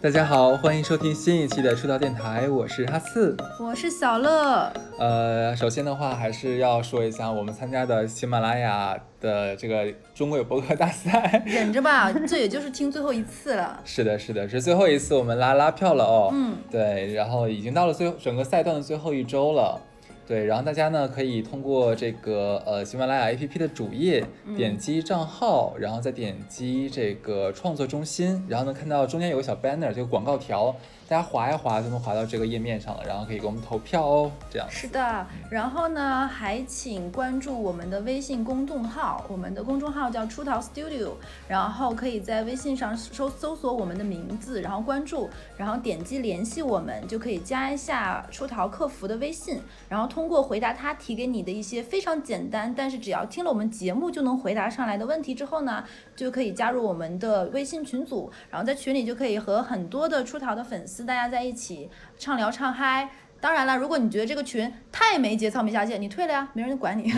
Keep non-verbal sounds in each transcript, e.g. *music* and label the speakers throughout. Speaker 1: 大家好，欢迎收听新一期的出道电台，我是哈四。
Speaker 2: 我是小乐，
Speaker 1: 呃，首先的话还是要说一下我们参加的喜马拉雅的这个中国有播客大赛。 *laughs*
Speaker 2: 忍着吧，这也就是听最后一次了。
Speaker 1: 是的，是的，是最后一次我们拉拉票了哦。
Speaker 2: 嗯，
Speaker 1: 对，然后已经到了最后整个赛段的最后一周了。对，然后大家呢可以通过这个呃喜马拉雅 APP 的主页点击账号，然后再点击这个创作中心，然后能看到中间有个小 banner 这个广告条，大家划一划就能划到这个页面上了，然后可以给我们投票哦。这样，
Speaker 2: 是的。然后呢，还请关注我们的微信公众号，我们的公众号叫出逃 Studio，然后可以在微信上搜搜索我们的名字，然后关注，然后点击联系我们，就可以加一下出逃客服的微信，然后通过回答他提给你的一些非常简单，但是只要听了我们节目就能回答上来的问题之后呢，就可以加入我们的微信群组，然后在群里就可以和很多的出逃的粉丝大家在一起畅聊畅嗨。当然了，如果你觉得这个群太没节操、没下限，你退了呀，没人
Speaker 1: *laughs*
Speaker 2: 管你。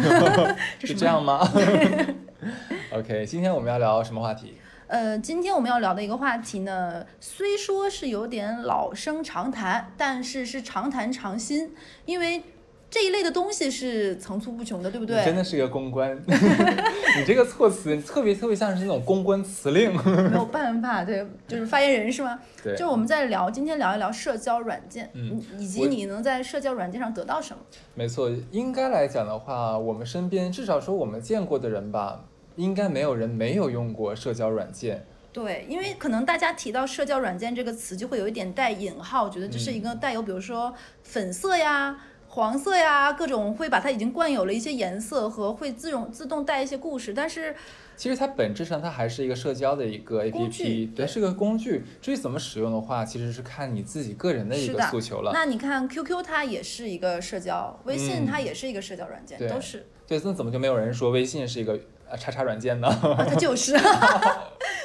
Speaker 2: 这
Speaker 1: 是
Speaker 2: 是
Speaker 1: 这样吗？OK，今天我们要聊什么话题？
Speaker 2: 呃，今天我们要聊的一个话题呢，虽说是有点老生常谈，但是是常谈常新，因为这一类的东西是层出不穷的，对不
Speaker 1: 你嗯真
Speaker 2: 对？
Speaker 1: 的是一个公关， *laughs* 你这个措辞特别特别像是那种公关辞令。 *laughs*
Speaker 2: 没有办法，对，就是发言人是吗？
Speaker 1: 对，
Speaker 2: 就是我们在聊，今天聊一聊社交软件，
Speaker 1: 嗯，
Speaker 2: 以
Speaker 1: 我
Speaker 2: 及你能在社交软件上得到什么。
Speaker 1: 没错，应该来讲的话，我们身边至少说我们见过的人吧，应该没有人没有用过社交软件。
Speaker 2: 对，因为可能大家提到社交软件这个词，就会有一点带引号，觉得这是一个
Speaker 1: 嗯
Speaker 2: 带有，比如说粉色呀、黄色呀，各种会把它已经惯有了一些颜色和会自动自动带一些故事。但是，
Speaker 1: 其实它本质上它还是一个社交的一个 A P
Speaker 2: 工
Speaker 1: P，
Speaker 2: 具
Speaker 1: 对，是个工具。至于怎么使用的话，其实是看你自己个人的一
Speaker 2: 是
Speaker 1: 个
Speaker 2: 的
Speaker 1: 诉求了。
Speaker 2: 那你看 QQ 它也是一个社交，微信
Speaker 1: 嗯
Speaker 2: 它也是一个社交软件，
Speaker 1: 对 *laughs*
Speaker 2: 都是
Speaker 1: 对，那怎么就没有人说微信是一个呃叉叉软件呢？ *laughs*
Speaker 2: 啊，它就是， *laughs*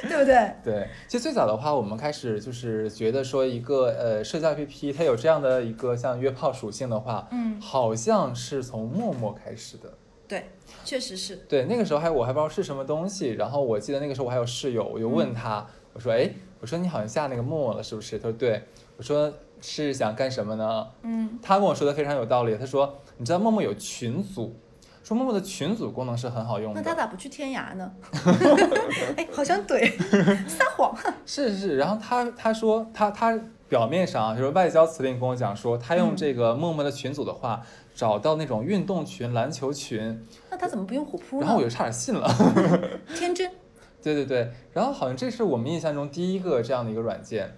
Speaker 2: 对不对？
Speaker 1: 对，其实最早的话，我们开始就是觉得说一个呃社交 APP 它有这样的一个像约炮属性的话，
Speaker 2: 嗯，
Speaker 1: 好像是从陌陌开始的。
Speaker 2: 对，确实是。
Speaker 1: 对，那个时候还我还不知道是什么东西，然后我记得那个时候我还有室友，我就
Speaker 2: 嗯
Speaker 1: 问他，我说，哎，我说你好像下那个陌陌了是不是？他说对，我说是想干什么呢？
Speaker 2: 嗯，
Speaker 1: 他跟我说的非常有道理，他说你知道陌陌有群组，说陌陌的群组功能是很好用
Speaker 2: 那他
Speaker 1: 的，
Speaker 2: 咋不去天涯呢？ *laughs* 哎，好想怼，撒谎。
Speaker 1: 是是是，然后他他说他他表面上啊就是外交辞令跟我讲说，他用
Speaker 2: 嗯
Speaker 1: 这个陌陌的群组的话，找到那种运动群、篮球群，
Speaker 2: 那他怎么不用虎扑
Speaker 1: 然后我
Speaker 2: 呢？
Speaker 1: 就差点信了。
Speaker 2: 天真。
Speaker 1: 对对对，然后好像这是我们印象中第一个这样的一个软件，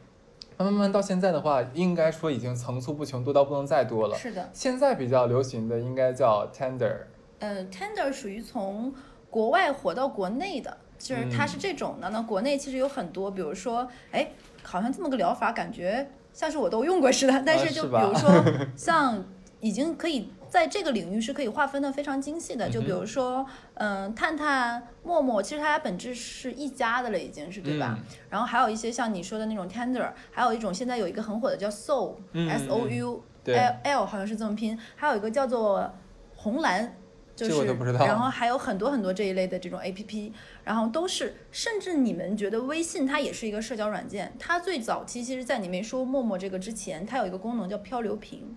Speaker 1: 慢慢慢到现在的话，应该说已经层出不穷，多到不能再多了。
Speaker 2: 是的，
Speaker 1: 现在比较流行的应该叫 Tender，
Speaker 2: 呃，Tender 属于从国外火到国内的，就是
Speaker 1: 嗯
Speaker 2: 它是这种的。那国内其实有很多，比如说，哎，好像这么个疗法，感觉像是我都用过似的。但
Speaker 1: 啊
Speaker 2: 是就是比
Speaker 1: 吧
Speaker 2: 如说，
Speaker 1: *laughs*
Speaker 2: 像已经可以在这个领域是可以划分的非常精细的。就比如说，嗯、探探、陌陌，其实它俩本质是一家的了，已经是对吧？
Speaker 1: 嗯
Speaker 2: 然后还有一些像你说的那种 Tender，还有一种现在有一个很火的叫 Soul，S、
Speaker 1: 嗯嗯嗯
Speaker 2: O U。
Speaker 1: 对
Speaker 2: L L 哎好像是这么拼，还有一个叫做红蓝，就
Speaker 1: 这
Speaker 2: 是
Speaker 1: 我都不知道
Speaker 2: 然后还有很多很多这一类的这种 A P P，然后都是，甚至你们觉得微信它也是一个社交软件，它最早期其实，在你没说陌陌这个之前，它有一个功能叫漂流瓶。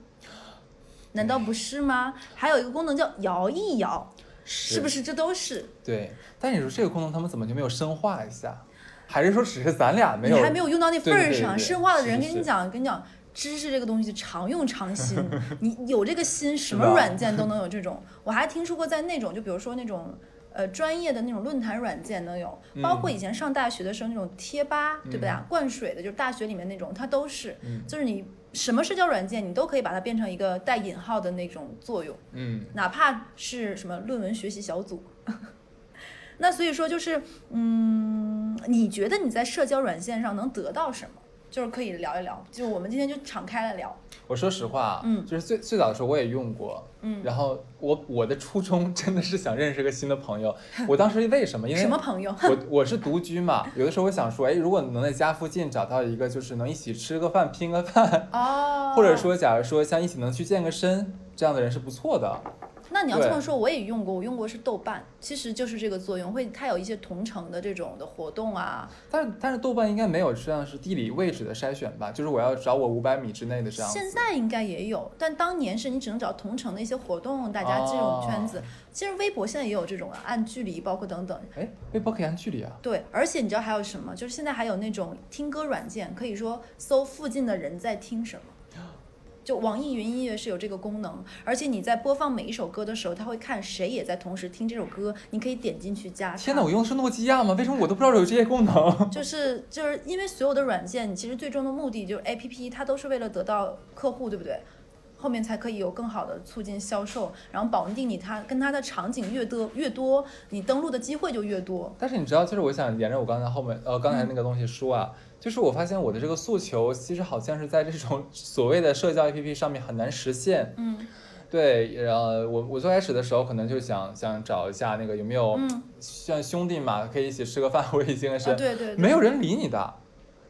Speaker 2: 难道不是吗？还有一个功能叫摇一摇，是不
Speaker 1: 是？
Speaker 2: 是？这都是
Speaker 1: 对，但你说这个功能他们怎么就没有深化一下？还是说只是咱俩没
Speaker 2: 你
Speaker 1: 有？
Speaker 2: 还没有用到那份
Speaker 1: 对
Speaker 2: 儿
Speaker 1: 对对对
Speaker 2: 上。
Speaker 1: 对
Speaker 2: 深化的人
Speaker 1: 是是
Speaker 2: 跟你讲，跟你讲，知识这个东西常用
Speaker 1: *laughs*
Speaker 2: 常新，你有这个心，什么
Speaker 1: 吧
Speaker 2: 软件都
Speaker 1: *laughs*
Speaker 2: 能有这种。我还听说过在那种，就比如说那种。呃，专业的那种论坛软件能有，
Speaker 1: 嗯
Speaker 2: 包括以前上大学的时候那种贴吧，对吧？灌水的，就是大学里面那种，它都是，
Speaker 1: 嗯
Speaker 2: 就是你什么社交软件，你都可以把它变成一个带引号的那种作用。
Speaker 1: 嗯，
Speaker 2: 哪怕是什么论文学习小组。 *laughs* 那所以说就是，嗯，你觉得你在社交软件上能得到什么？就是可以聊一聊，就是我们今天就敞开了聊。
Speaker 1: 我说实话，啊
Speaker 2: 嗯
Speaker 1: 就是最最早的时候我也用过，
Speaker 2: 嗯
Speaker 1: 然后我我的初衷真的是想认识个新的朋友。我当时为什么？因为
Speaker 2: 什么朋友？
Speaker 1: 我我是独居嘛，有的时候我想说，哎，如果能在家附近找到一个，就是能一起吃个饭、拼个饭，
Speaker 2: 哦，
Speaker 1: 或者，说，假如说像一起能去健个身，这样的人是不错的。
Speaker 2: 那你要这么
Speaker 1: 对
Speaker 2: 说，我也用过，我用过是豆瓣，其实就是这个作用，会它有一些同城的这种的活动啊，
Speaker 1: 但是但是豆瓣应该没有这样是地理位置的筛选吧？就是我要找我五百米之内的这样子。
Speaker 2: 现在应该也有，但当年是你只能找同城的一些活动，大家这种
Speaker 1: 哦
Speaker 2: 圈子，其实微博现在也有这种啊，按距离，包括等等，
Speaker 1: 哎，微博可以按距离啊。
Speaker 2: 对，而且你知道还有什么？就是现在还有那种听歌软件，可以说搜附近的人在听什么。就网易云音乐是有这个功能，而且你在播放每一首歌的时候，它会看谁也在同时听这首歌，你可以点进去加它。
Speaker 1: 天哪，我用的是诺基亚吗？为什么我都不知道有这些功能？ *laughs*
Speaker 2: 就是就是因为所有的软件，你其实最终的目的就是 A P P，它都是为了得到客户，对不对？后面才可以有更好的促进销售，然后保定你它跟它的场景越多越多，你登录的机会就越多。
Speaker 1: 但是你知道，就是我想沿着我刚才后面呃刚才那个东西说啊，就是我发现我的这个诉求其实好像是在这种所谓的社交 APP 上面很难实现。
Speaker 2: 嗯
Speaker 1: 对，然后我我最开始的时候可能就想想找一下那个有没有
Speaker 2: 嗯，
Speaker 1: 像兄弟嘛，可以一起吃个饭，我已经哦是、
Speaker 2: 啊对对对，
Speaker 1: 没有人理你的，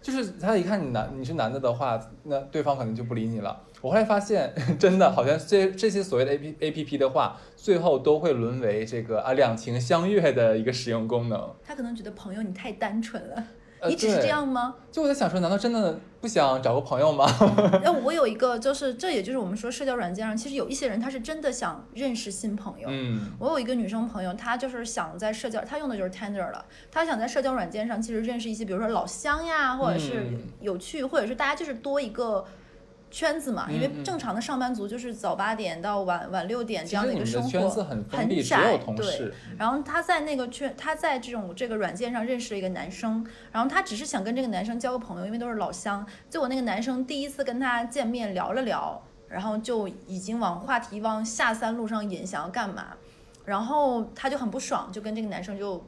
Speaker 1: 就是他一看你男你是男的的话，那对方可能就不理你了。我后来发现， *laughs* 真的好像这这些所谓的 A P A P P 的话，最后都会沦为这个啊两情相悦的一个使用功能。
Speaker 2: 他可能觉得朋友你太单纯了，
Speaker 1: 呃
Speaker 2: 你只是这
Speaker 1: 对
Speaker 2: 样吗？
Speaker 1: 就我在想说，难道真的不想找个朋友吗？ *laughs*
Speaker 2: 那我有一个，就是这也就是我们说社交软件上，其实有一些人他是真的想认识新朋友。
Speaker 1: 嗯，
Speaker 2: 我有一个女生朋友，她就是想在社交，她用的就是 Tinder 了，她想在社交软件上其实认识一些，比如说老乡呀，或者是
Speaker 1: 嗯
Speaker 2: 有趣，或者是大家就是多一个。圈子嘛，因为
Speaker 1: 嗯嗯
Speaker 2: 正常的上班族就是早八点到晚晚六点这
Speaker 1: 其
Speaker 2: 样
Speaker 1: 实
Speaker 2: 的一
Speaker 1: 你
Speaker 2: 个
Speaker 1: 们
Speaker 2: 生
Speaker 1: 的圈
Speaker 2: 活，
Speaker 1: 子很封闭，只
Speaker 2: 窄，
Speaker 1: 有同
Speaker 2: 对。
Speaker 1: 事。
Speaker 2: 然后她在那个圈，她在这种这个软件上认识了一个男生，然后她只是想跟这个男生交个朋友，因为都是老乡。结果那个男生第一次跟她见面聊了聊，然后就已经往话题往下三路上引，想要干嘛？然后她就很不爽，就跟这个男生就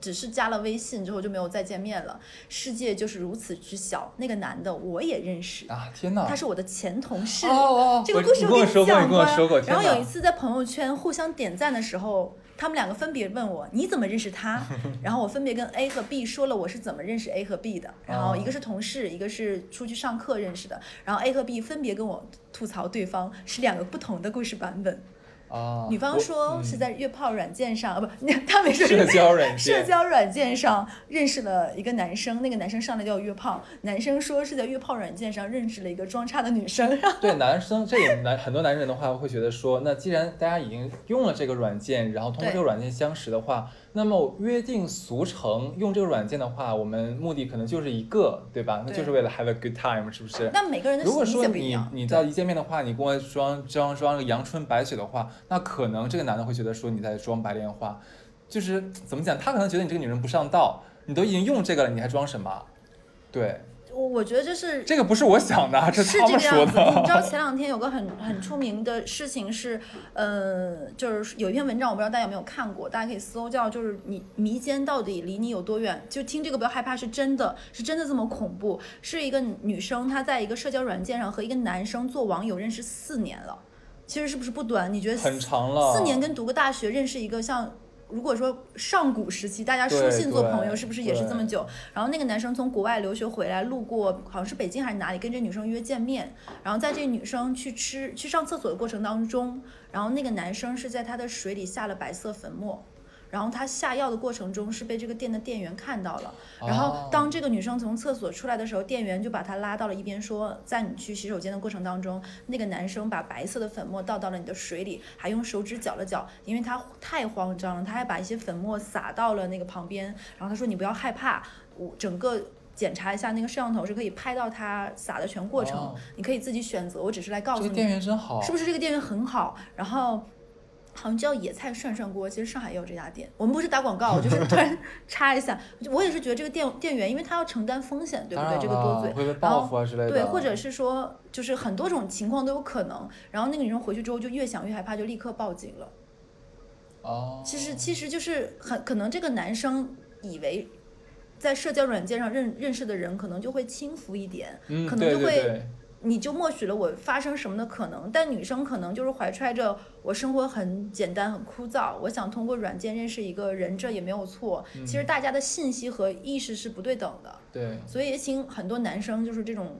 Speaker 2: 只是加了微信之后就没有再见面了。世界就是如此之小，那个男的我也认识，
Speaker 1: 啊天哪！
Speaker 2: 他是我的前同事。
Speaker 1: 哦哦，
Speaker 2: 这个
Speaker 1: 我
Speaker 2: 故事
Speaker 1: 你跟我
Speaker 2: 跟
Speaker 1: 说过，
Speaker 2: 讲
Speaker 1: 你跟我说过。
Speaker 2: 然后
Speaker 1: 哦天哪
Speaker 2: 有一次在朋友圈互相点赞的时候，他们两个分别问我你怎么认识他， *laughs* 然后我分别跟 A 和 B 说了我是怎么认识 A 和 B 的，然
Speaker 1: 哦
Speaker 2: 后一个是同事，一个是出去上课认识的，然后 A 和 B 分别跟我吐槽对方是两个不同的故事版本。
Speaker 1: 啊，
Speaker 2: 女方
Speaker 1: 我
Speaker 2: 说
Speaker 1: 嗯
Speaker 2: 是在约炮软件上，啊不， *laughs* 他没说
Speaker 1: 社交软件，
Speaker 2: 社交软件上认识了一个男生，那个男生上来就要约炮，男生说是在约炮软件上认识了一个装叉的女生，
Speaker 1: *laughs* 对男生，这也男很多男人的话会觉得说，那既然大家已经用了这个软件，然后通过
Speaker 2: 对
Speaker 1: 这个软件相识的话，那么约定俗成用这个软件的话，我们目的可能就是一个，对吧？那
Speaker 2: 对
Speaker 1: 就是为了 have a good time，是不是？
Speaker 2: 但每个人的
Speaker 1: 如果
Speaker 2: 理
Speaker 1: 说
Speaker 2: 解不一
Speaker 1: 你
Speaker 2: 样。
Speaker 1: 你
Speaker 2: 对
Speaker 1: 在一见面的话，你跟我装装装个阳春白雪的话，那可能这个男的会觉得说你在装白莲花，就是怎么讲，他可能觉得你这个女人不上道，你都已经用这个了，你还装什么？对，
Speaker 2: 我我觉得这是
Speaker 1: 这个不是我想的，啊这
Speaker 2: 是
Speaker 1: 他们
Speaker 2: 这个
Speaker 1: 说
Speaker 2: 样子。你知
Speaker 1: *laughs* 的。
Speaker 2: 道前两天有个很很出名的事情是，呃，就是有一篇文章，我不知道大家有没有看过，大家可以搜叫，就是你迷奸到底离你有多远？就听这个不要害怕，是真的是真的这么恐怖。是一个女生她在一个社交软件上和一个男生做网友认识四年了，其实是不是不短？你觉得
Speaker 1: *laughs* 很长了，
Speaker 2: 四年跟读个大学认识一个像。如果说上古时期大家书
Speaker 1: 对
Speaker 2: 信做朋友，
Speaker 1: 对
Speaker 2: 是不是也是这么久？然后那个男生从国外留学回来，路过好像是北京还是哪里，跟这女生约见面。然后在这女生去吃去上厕所的过程当中，然后那个男生是在她的水里下了白色粉末。然后他下药的过程中是被这个店的店员看到了，然后
Speaker 1: 哦
Speaker 2: 当这个女生从厕所出来的时候，店员就把她拉到了一边，说，在你去洗手间的过程当中，那个男生把白色的粉末倒到了你的水里，还用手指搅了搅，因为他太慌张了，他还把一些粉末撒到了那个旁边，然后他说你不要害怕，我整个。检查一下那个摄像头是可以拍到他撒的全过程，
Speaker 1: 哦
Speaker 2: 你可以自己选择。我只是来告诉
Speaker 1: 这
Speaker 2: 你，
Speaker 1: 个店员真好，
Speaker 2: 是不是这个店员很好？然后好像叫野菜涮涮锅，其实上海也有这家店。我们不是打广告，我就是突
Speaker 1: *laughs*
Speaker 2: 然插一下。我也是觉得这个店店员，因为他要承担风险，对不
Speaker 1: 当
Speaker 2: 对？
Speaker 1: 然
Speaker 2: 这个
Speaker 1: 了
Speaker 2: 多嘴。
Speaker 1: 会被
Speaker 2: 然后
Speaker 1: 报复啊之类的，
Speaker 2: 对，或者是说，就是很多种情况都有可能。然后那个女生回去之后就越想越害怕，就立刻报警了。
Speaker 1: 哦，
Speaker 2: 其实其实就是很可能这个男生以为在社交软件上认认识的人，可能就会轻浮一点，
Speaker 1: 嗯，
Speaker 2: 可能
Speaker 1: 对
Speaker 2: 就
Speaker 1: 对
Speaker 2: 会
Speaker 1: 对
Speaker 2: 你就默许了我发生什么的可能。但女生可能就是怀揣着我生活很简单、很枯燥，我想通过软件认识一个人，这也没有错。
Speaker 1: 嗯
Speaker 2: 其实大家的信息和意识是不对等的，
Speaker 1: 对，
Speaker 2: 所以也请很多男生就是这种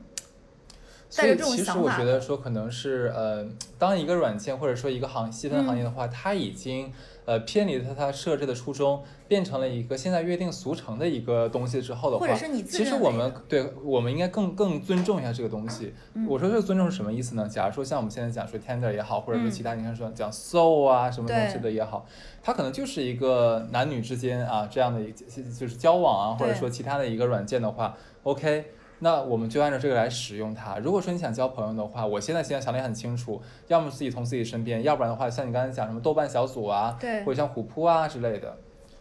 Speaker 1: 所
Speaker 2: 带着
Speaker 1: 以
Speaker 2: 这种
Speaker 1: 其实
Speaker 2: 想
Speaker 1: 我
Speaker 2: 法
Speaker 1: 觉。得说，可能是呃，当一个软件或者说一个行细分行业
Speaker 2: 嗯
Speaker 1: 的话，它已经呃偏离了它设置的初衷，变成了一个现在约定俗成的一个东西之后的话，
Speaker 2: 或者是你自
Speaker 1: 其实
Speaker 2: 认
Speaker 1: 我
Speaker 2: 为
Speaker 1: 们对我们应该更更尊重一下这个东西。
Speaker 2: 嗯
Speaker 1: 我说这个尊重是什么意思呢？假如说像我们现在讲说 Tender 也好，或者说
Speaker 2: 嗯
Speaker 1: 其他你看说讲 Soul 啊什么东西
Speaker 2: 对
Speaker 1: 的也好，它可能就是一个男女之间啊这样的一就是交往啊，或者
Speaker 2: 对
Speaker 1: 说其他的一个软件的话，OK。那我们就按照这个来使用它。如果说你想交朋友的话，我现在现在想的也很清楚，要么自己从自己身边，要不然的话，像你刚才讲什么豆瓣小组啊，
Speaker 2: 对
Speaker 1: 或者像虎扑啊之类的，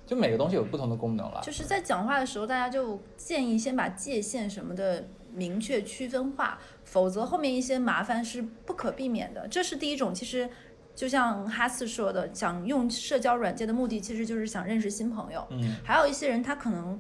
Speaker 1: 就每个东西有不同的功能了。
Speaker 2: 就是在讲话的时候，大家就建议先把界限什么的明确区分化，否则后面一些麻烦是不可避免的。这是第一种，其实就像哈斯说的，想用社交软件的目的其实就是想认识新朋友。
Speaker 1: 嗯，
Speaker 2: 还有一些人，他可能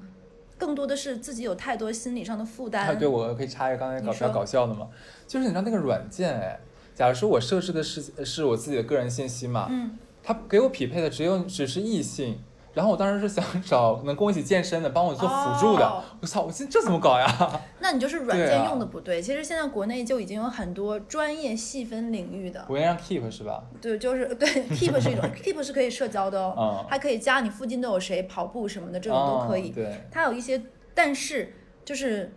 Speaker 2: 更多的是自己有太多心理上的负
Speaker 1: 啊，
Speaker 2: 担。
Speaker 1: 对，我可以插一个刚才搞
Speaker 2: 你
Speaker 1: 比较
Speaker 2: 说
Speaker 1: 搞笑的嘛，就是你知道那个软件哎，假如说我设置的是呃是我自己的个人信息嘛，
Speaker 2: 嗯，
Speaker 1: 它给我匹配的只有只是异性。然后我当时是想找能跟我一起健身的，帮我做辅助的。
Speaker 2: 哦
Speaker 1: 我操，我这这怎么搞呀？
Speaker 2: 那你就是软
Speaker 1: 对
Speaker 2: 件
Speaker 1: 啊
Speaker 2: 用的不对。其实现在国内就已经有很多专业细分领域的，
Speaker 1: 我应该让 Keep 是吧？
Speaker 2: 对，就是 *laughs* 对 Keep 是
Speaker 1: *laughs*
Speaker 2: 一种 Keep 是可以社交的哦
Speaker 1: 嗯，
Speaker 2: 还可以加你附近都有谁跑步什么的，这种都可以。
Speaker 1: 嗯对，
Speaker 2: 它有一些，但是就是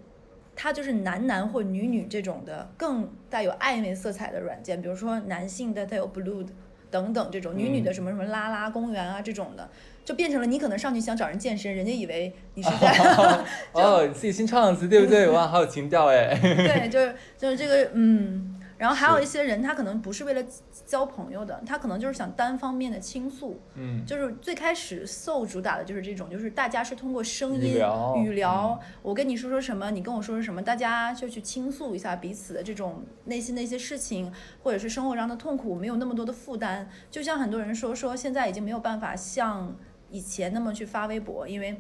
Speaker 2: 它就是男男或女女这种的更带有暧昧色彩的软件，比如说男性的它有 Blue 等等这种，女女的什么什么拉拉公园啊这种的，就变成了你可能上去想找人健身，人家以为你是在
Speaker 1: 哦，你自己新创的词对不对？哇，好有情调哎。 *laughs*
Speaker 2: 对，就是就是这个嗯。然后还有
Speaker 1: 是
Speaker 2: 一些人，他可能不是为了交朋友的，他可能就是想单方面的倾诉，
Speaker 1: 嗯，
Speaker 2: 就是最开始 Soul 主打的就是这种，就是大家是通过声音
Speaker 1: 语聊嗯
Speaker 2: 语聊我跟你说说什么，你跟我说说什么，大家就去倾诉一下彼此的这种内心的一些事情，或者是生活上的痛苦，没有那么多的负担。就像很多人说，说现在已经没有办法像以前那么去发微博，因为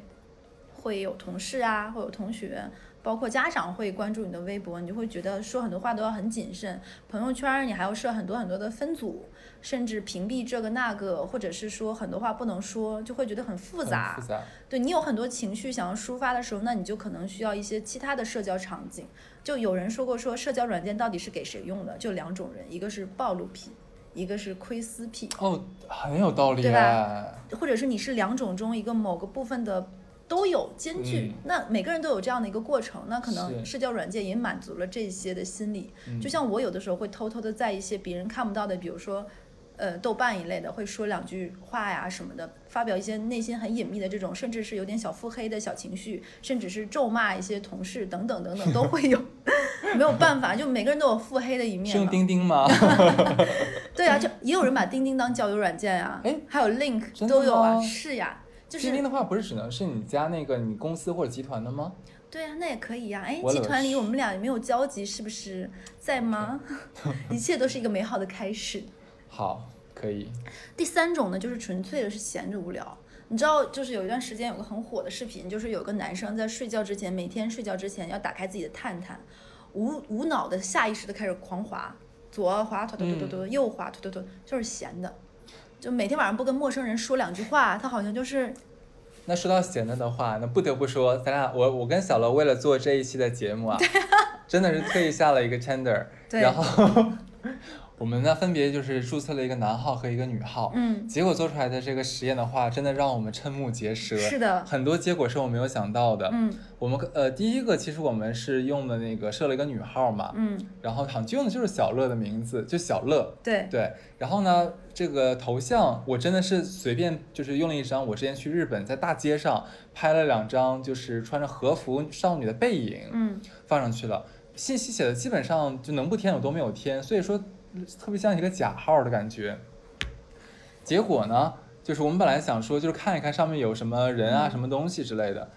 Speaker 2: 会有同事啊，会有同学，包括家长会关注你的微博，你就会觉得说很多话都要很谨慎。朋友圈儿你还要设很多很多的分组，甚至屏蔽这个那个，或者是说很多话不能说，就会觉得很复
Speaker 1: 很
Speaker 2: 杂。
Speaker 1: 复杂。
Speaker 2: 对你有很多情绪想要抒发的时候，那你就可能需要一些其他的社交场景。就有人说过说，社交软件到底是给谁用的？就两种人，一个是暴露癖，一个是窥私癖，
Speaker 1: 哦，很有道理
Speaker 2: 对吧
Speaker 1: 哎。
Speaker 2: 或者是你是两种中一个某个部分的都有兼具。
Speaker 1: 嗯
Speaker 2: 那每个人都有这样的一个过程，那可能
Speaker 1: 是嗯
Speaker 2: 社交软件也满足了这些的心理。就像我有的时候会偷偷的在一些别人看不到的，比如说。呃，豆瓣一类的会说两句话呀什么的，发表一些内心很隐秘的这种，甚至是有点小腹黑的小情绪，甚至是咒骂一些同事等等等等都会有， *laughs* 没有办法，就每个人都有腹黑的一面
Speaker 1: 是用
Speaker 2: 嘛。
Speaker 1: 钉钉吗？
Speaker 2: 对啊，就也有人把钉钉当交友软件啊，
Speaker 1: 哎
Speaker 2: 还有 Link
Speaker 1: 真的
Speaker 2: 都有啊，
Speaker 1: 吗
Speaker 2: 是呀、 *laughs* 就是
Speaker 1: 钉钉的话，不是只能是你家那个你公司或者集团的吗？
Speaker 2: 对呀、那也可以呀、哎，
Speaker 1: 我
Speaker 2: 集
Speaker 1: 勒个
Speaker 2: 团里
Speaker 1: 去
Speaker 2: 我们俩也没有交集，是不是
Speaker 1: *laughs*
Speaker 2: 在吗？ *laughs* 一切都是一个美好的开始。
Speaker 1: 好，可以。
Speaker 2: 第三种呢，就是纯粹的是闲着无聊。你知道，就是有一段时间有个很火的视频，就是有个男生在睡觉之前，每天睡觉之前要打开自己的探探，无无脑的下意识的开始狂滑，左滑突突突
Speaker 1: 嗯
Speaker 2: 突突，右滑突突突，就是闲的。就每天晚上不跟陌生人说两句话，他好像就是
Speaker 1: 那说到闲的的话，那不得不说，咱俩我我跟小楼为了做这一期的节目啊，真的是特意下了一个 Tinder，
Speaker 2: *laughs* 对
Speaker 1: 然后 *laughs* 我们呢分别就是注册了一个男号和一个女号，
Speaker 2: 嗯
Speaker 1: 结果做出来的这个实验的话，真的让我们瞠目结舌，
Speaker 2: 是的
Speaker 1: 很多结果是我没有想到的。
Speaker 2: 嗯
Speaker 1: 我们呃第一个其实我们是用的那个设了一个女号嘛，
Speaker 2: 嗯，
Speaker 1: 然后好像就用的就是小乐的名字，就小乐，
Speaker 2: 对，
Speaker 1: 对，然后呢，这个头像我真的是随便就是用了一张，我之前去日本在大街上拍了两张，就是穿着和服少女的背影
Speaker 2: 嗯
Speaker 1: 放上去了。信息写的基本上就能不填我都没有填，所以说嗯特别像一个假号的感觉。结果呢，就是我们本来想说就是看一看上面有什么人
Speaker 2: 嗯
Speaker 1: 啊、什么东西之类的。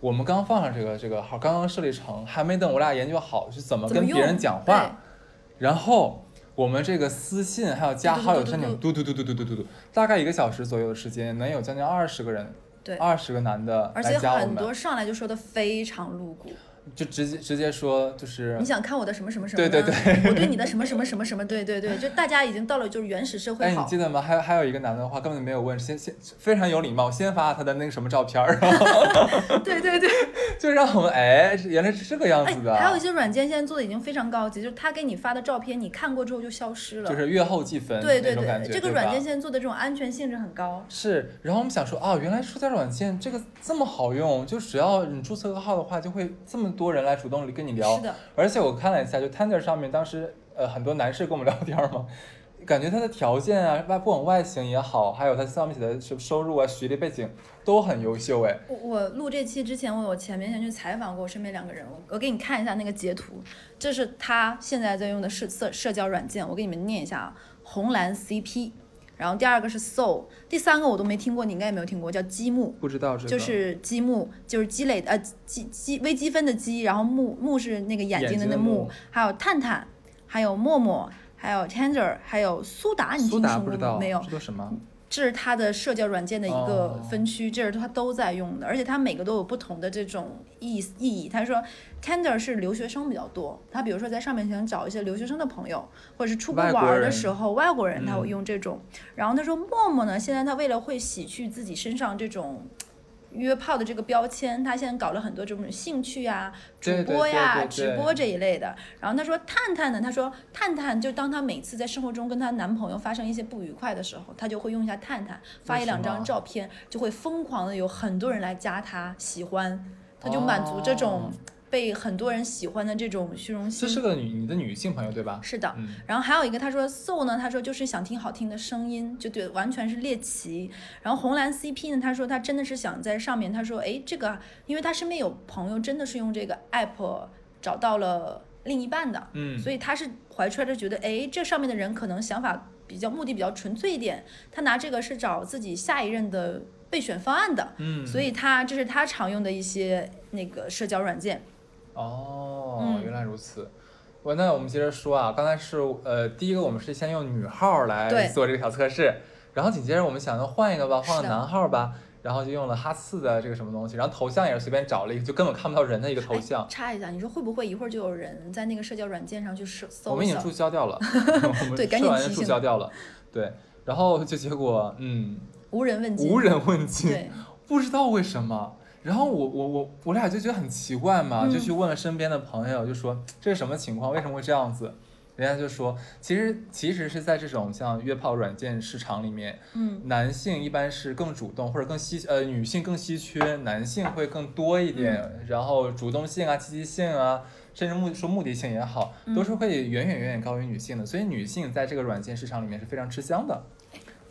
Speaker 1: 我们刚放上这个这个号，刚刚设立成，还没等我俩研究好是怎么
Speaker 2: 怎么
Speaker 1: 跟别
Speaker 2: 用
Speaker 1: 人讲
Speaker 2: 对
Speaker 1: 话，然后我们这个私信还有加好友申请，嘟嘟嘟嘟嘟嘟嘟嘟，大概一个小时左右的时间，能有将近二十个人，
Speaker 2: 对，
Speaker 1: 二十个男的
Speaker 2: 而
Speaker 1: 来
Speaker 2: 且
Speaker 1: 加我
Speaker 2: 很
Speaker 1: 们。
Speaker 2: 多上来就说的非常露骨，
Speaker 1: 就直接直接说，就是
Speaker 2: 你想看我的什么什么什么
Speaker 1: 对
Speaker 2: 呢？
Speaker 1: 对
Speaker 2: 我对你的什么什么什么什么？对对对，就大家已经到了就是原始社会
Speaker 1: 哎，你
Speaker 2: 好
Speaker 1: 记。得吗？还有还有一个男的话，根本没有问，先先非常有礼貌，先发他的那个什么照片儿，然
Speaker 2: *laughs*
Speaker 1: 后
Speaker 2: 对对对，
Speaker 1: 就让我们哎，原来是这个样
Speaker 2: 哎
Speaker 1: 子的，，
Speaker 2: 还有一些软件现在做的已经非常高级，就是他给你发的照片，你看过之后就消失了。
Speaker 1: 就是月后即焚
Speaker 2: 对
Speaker 1: 那
Speaker 2: 对
Speaker 1: 种感
Speaker 2: 对，
Speaker 1: 觉，
Speaker 2: 这个
Speaker 1: 对吧
Speaker 2: 软件现在做的这种安全性质很高。
Speaker 1: 是，然后我们想说啊，原来社交软件这个这么好用，就只要你注册个号的话，就会这么多人来主动跟你聊。
Speaker 2: 是的，
Speaker 1: 而且我看了一下，就 Tinder 上面当时呃很多男士跟我们聊天
Speaker 2: *laughs*
Speaker 1: 嘛，感觉他的条件啊，外不管外形也好，还有他上面写的收收入啊、学历背景都很优秀哎。
Speaker 2: 我我录这期之前，我有前面先去采访过我身边两个人，我我给你看一下那个截图，这是他现在在用的社社社交软件，我给你们念一下啊，红蓝 CP，然后第二个是 Soul，第三个我都没听过，你应该也没有听过，叫积木。
Speaker 1: 不知道这个
Speaker 2: 就是积木，就是积累呃积积微积分的积，然后木木是那个眼睛的
Speaker 1: 眼睛的
Speaker 2: 那
Speaker 1: 木
Speaker 2: 木，还有探探，还有默默，还有 Tender，还有苏达，你
Speaker 1: 苏
Speaker 2: 听
Speaker 1: 打
Speaker 2: 说
Speaker 1: 不
Speaker 2: 过
Speaker 1: 知道
Speaker 2: 吗？没有，
Speaker 1: 这都什么？
Speaker 2: 这是它的社交软件的一个
Speaker 1: 哦
Speaker 2: 分区，这是它都在用的，而且它每个都有不同的这种意意义。他说，Tender 是留学生比较多，他比如说在上面想找一些留学生的朋友，或者是出国
Speaker 1: 外
Speaker 2: 玩
Speaker 1: 国
Speaker 2: 儿的
Speaker 1: 人
Speaker 2: 时候，外国人他
Speaker 1: 嗯
Speaker 2: 会用这种。然后他说，陌陌呢，现在他为了会洗去自己身上这种。约炮的这个标签，他现在搞了很多这种兴趣呀、主
Speaker 1: 对对
Speaker 2: 播呀、
Speaker 1: 对对对
Speaker 2: 直播这一类的。然后他说探探呢，他说探探就当她每次在生活中跟她男朋友发生一些不愉快的时候，她就会用一下探探发一两
Speaker 1: 为什
Speaker 2: 张
Speaker 1: 么
Speaker 2: 照片，就会疯狂的有很多人来加她喜欢，她就满足这种
Speaker 1: 哦嗯
Speaker 2: 被很多人喜欢的这种虚荣
Speaker 1: 这
Speaker 2: 心。
Speaker 1: 是个女你的女性朋友对吧？
Speaker 2: 是的，
Speaker 1: 嗯，
Speaker 2: 然后还有一个，他说 soul 呢，他说就是想听好听的声音，就对，完全是猎奇。然后红蓝 CP 呢，他说他真的是想在上面，他说诶，这个，因为他身边有朋友真的是用这个 app 找到了另一半的，
Speaker 1: 嗯
Speaker 2: 所以他是怀揣着觉得，诶，这上面的人可能想法比较目的比较纯粹一点，他拿这个是找自己下一任的备选方案的，
Speaker 1: 嗯，
Speaker 2: 所以他这是他常用的一些那个社交软件。
Speaker 1: 哦，
Speaker 2: 嗯
Speaker 1: 原来如此。我那我们接着说啊，刚才是呃，第一个我们是先用女号
Speaker 2: 对
Speaker 1: 来做这个小测试，然后紧接着我们想着换一个吧，
Speaker 2: 是的
Speaker 1: 换个男号吧，然后就用了哈四的这个什么东西，然后头像也是随便找了一个，就根本看不到人的一个头
Speaker 2: 哎
Speaker 1: 像，
Speaker 2: 插一下，你说会不会一会儿就有人在那个社交软件上去搜搜
Speaker 1: 我们已经
Speaker 2: 搜
Speaker 1: 注销掉了，我们
Speaker 2: 对赶
Speaker 1: 试
Speaker 2: 紧
Speaker 1: 完就
Speaker 2: 提
Speaker 1: 注
Speaker 2: 醒
Speaker 1: 销掉了，对，然后就结果嗯，
Speaker 2: 无人问津，
Speaker 1: 无人问津，
Speaker 2: 对，
Speaker 1: 不知道为什么。然后我我我我俩就觉得很奇怪嘛，
Speaker 2: 嗯
Speaker 1: 就去问了身边的朋友，就说这是什么情况，为什么会这样子？人家就说，其实其实是在这种像约炮软件市场里面，
Speaker 2: 嗯
Speaker 1: 男性一般是更主动，或者更稀呃女性更稀缺，男性会更多一点，
Speaker 2: 嗯
Speaker 1: 然后主动性啊、积极性啊，甚至目说目的性也好，
Speaker 2: 嗯
Speaker 1: 都是会远远远远高于女性的，所以女性在这个软件市场里面是非常吃香的。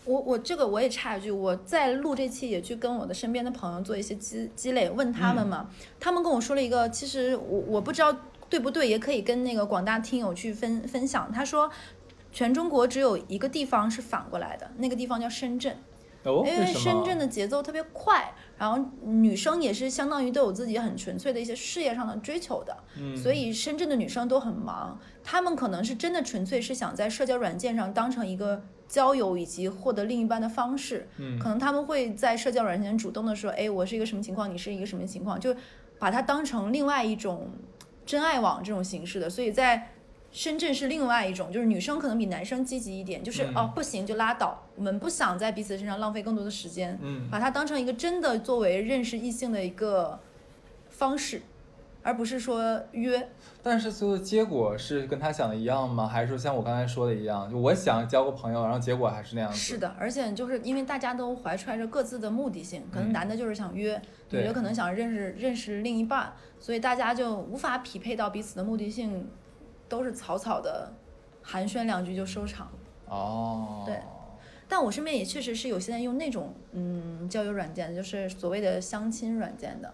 Speaker 2: 我我这个我也插一句，我在录这期也去跟我的身边的朋友做一些积积累，问他
Speaker 1: 嗯
Speaker 2: 们嘛，他们跟我说了一个，其实我我不知道对不对，也可以跟那个广大听友去分分享。他说，全中国只有一个地方是反过来的，那个地方叫深圳。
Speaker 1: 哦，
Speaker 2: 因为
Speaker 1: 什么？
Speaker 2: 哎深圳的节奏特别快，然后女生也是相当于都有自己很纯粹的一些事业上的追求的，
Speaker 1: 嗯
Speaker 2: 所以深圳的女生都很忙，她们可能是真的纯粹是想在社交软件上当成一个交友以及获得另一半的方式，
Speaker 1: 嗯
Speaker 2: 可能她们会在社交软件主动的说，哎，我是一个什么情况，你是一个什么情况，就把它当成另外一种真爱网这种形式的，所以在。深圳是另外一种，就是女生可能比男生积极一点，就是、
Speaker 1: 嗯
Speaker 2: 哦不行就拉倒，我们不想在彼此身上浪费更多的时间，
Speaker 1: 嗯，
Speaker 2: 把它当成一个真的作为认识异性的一个方式，而不是说约。
Speaker 1: 但是最后结果是跟他想的一样吗？还是说像我刚才说的一样，就我想交个朋友，然后结果还是那样子？
Speaker 2: 是的，而且就是因为大家都怀揣着各自的目的性，可能
Speaker 1: 嗯
Speaker 2: 男的就是想约，女
Speaker 1: 对嗯
Speaker 2: 的可能想认识认识另一半，所以大家就无法匹配到彼此的目的性，都是草草的寒暄两句就收场。
Speaker 1: 哦，
Speaker 2: 对但我身边也确实是有现在用那种嗯交友软件，就是所谓的相亲软
Speaker 1: *laughs*
Speaker 2: 件的，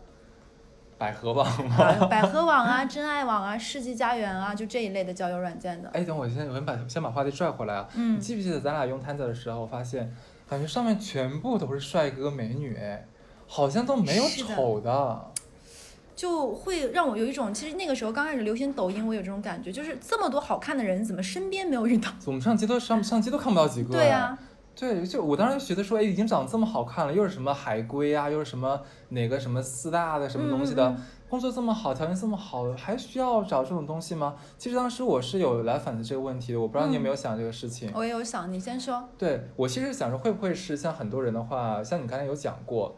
Speaker 1: 百合网吗？
Speaker 2: 百百合网啊、真爱网啊、世纪佳缘啊，就这一类的交友软件的。
Speaker 1: 哎，等我先，我先把先把话题拽回来啊。你
Speaker 2: 嗯
Speaker 1: 记不记得咱俩用 Tinder 的时候，发现感觉上面全部都是帅哥美女，哎，好像都没有
Speaker 2: 是的
Speaker 1: 丑的。
Speaker 2: 就会让我有一种，其实那个时候刚开始流行抖音，我有这种感觉，就是这么多好看的人，怎么身边没有遇到？
Speaker 1: 我们上街都上上街都看不到几个。
Speaker 2: 对啊呀、
Speaker 1: 对，就我当时觉得说，哎，已经长这么好看了，又是什么海归啊，又是什么哪个什么四大的什么东西的，
Speaker 2: 嗯嗯嗯
Speaker 1: 工作这么好，条件这么好，还需要找这种东西吗？其实当时我是有来反思这个问题的，我不知道你有没
Speaker 2: 嗯
Speaker 1: 有想这个事情。
Speaker 2: 我也有想，你先说。
Speaker 1: 对我其实想说，会不会是像很多人的话，像你刚才有讲过，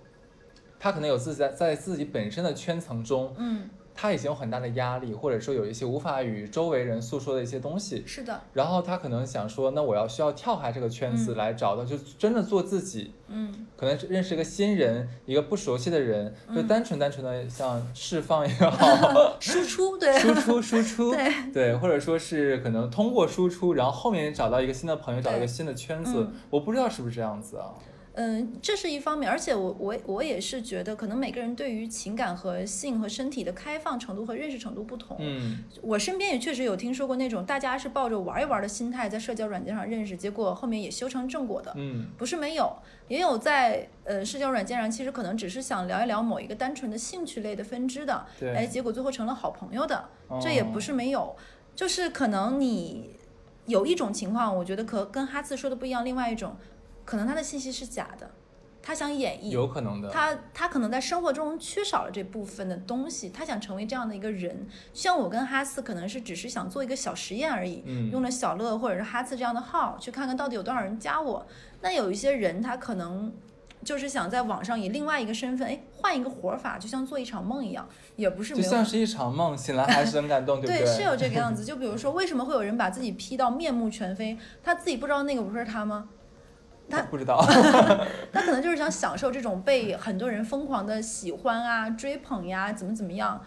Speaker 1: 他可能有自己在在自己本身的圈层中，
Speaker 2: 嗯，
Speaker 1: 他已经有很大的压力，或者说有一些无法与周围人诉说的一些东西，
Speaker 2: 是的，
Speaker 1: 然后他可能想说，那我要需要跳开这个圈子
Speaker 2: 嗯
Speaker 1: 来找到，就真的做自己，
Speaker 2: 嗯，
Speaker 1: 可能是认识一个新人，一个不熟悉的人，就
Speaker 2: 嗯
Speaker 1: 单纯单纯的像释放也好，
Speaker 2: *laughs* 输出对，
Speaker 1: 输出输出，
Speaker 2: 对
Speaker 1: 对，或者说是可能通过输出，然后后面找到一个新的朋友，找到一个
Speaker 2: 对
Speaker 1: 新的圈子
Speaker 2: 嗯，
Speaker 1: 我不知道是不是这样子啊？
Speaker 2: 嗯，这是一方面，而且我我我也是觉得，可能每个人对于情感和性和身体的开放程度和认识程度不同。
Speaker 1: 嗯，
Speaker 2: 我身边也确实有听说过那种大家是抱着玩一玩的心态在社交软件上认识，结果后面也修成正果的，
Speaker 1: 嗯
Speaker 2: 不是没有，也有在呃社交软件上其实可能只是想聊一聊某一个单纯的兴趣类的分支的，
Speaker 1: 对
Speaker 2: 哎，结果最后成了好朋友的，
Speaker 1: 哦
Speaker 2: 这也不是没有，就是可能你有一种情况，我觉得可跟哈次说的不一样，另外一种可能他的信息是假的，他想演绎，
Speaker 1: 有可能的。
Speaker 2: 他他可能在生活中缺少了这部分的东西，他想成为这样的一个人。就像我跟哈斯可能是只是想做一个小实验而已，
Speaker 1: 嗯
Speaker 2: 用了小乐或者是哈斯这样的号去看看到底有多少人加我。那有一些人他可能就是想在网上以另外一个身份，哎，换一个活法，就像做一场梦一样，也不是
Speaker 1: 就
Speaker 2: 没有。
Speaker 1: 像是一场梦，醒来还是很感
Speaker 2: *laughs*
Speaker 1: 动，对不
Speaker 2: 对，
Speaker 1: 对？
Speaker 2: 是有这个
Speaker 1: *laughs*
Speaker 2: 样子。就比如说，为什么会有人把自己 P 到面目全非？他自己不知道那个不是他吗？他
Speaker 1: 不知道，
Speaker 2: 他可能就是想享受这种被很多人疯狂的喜欢啊、追捧呀、怎么怎么样。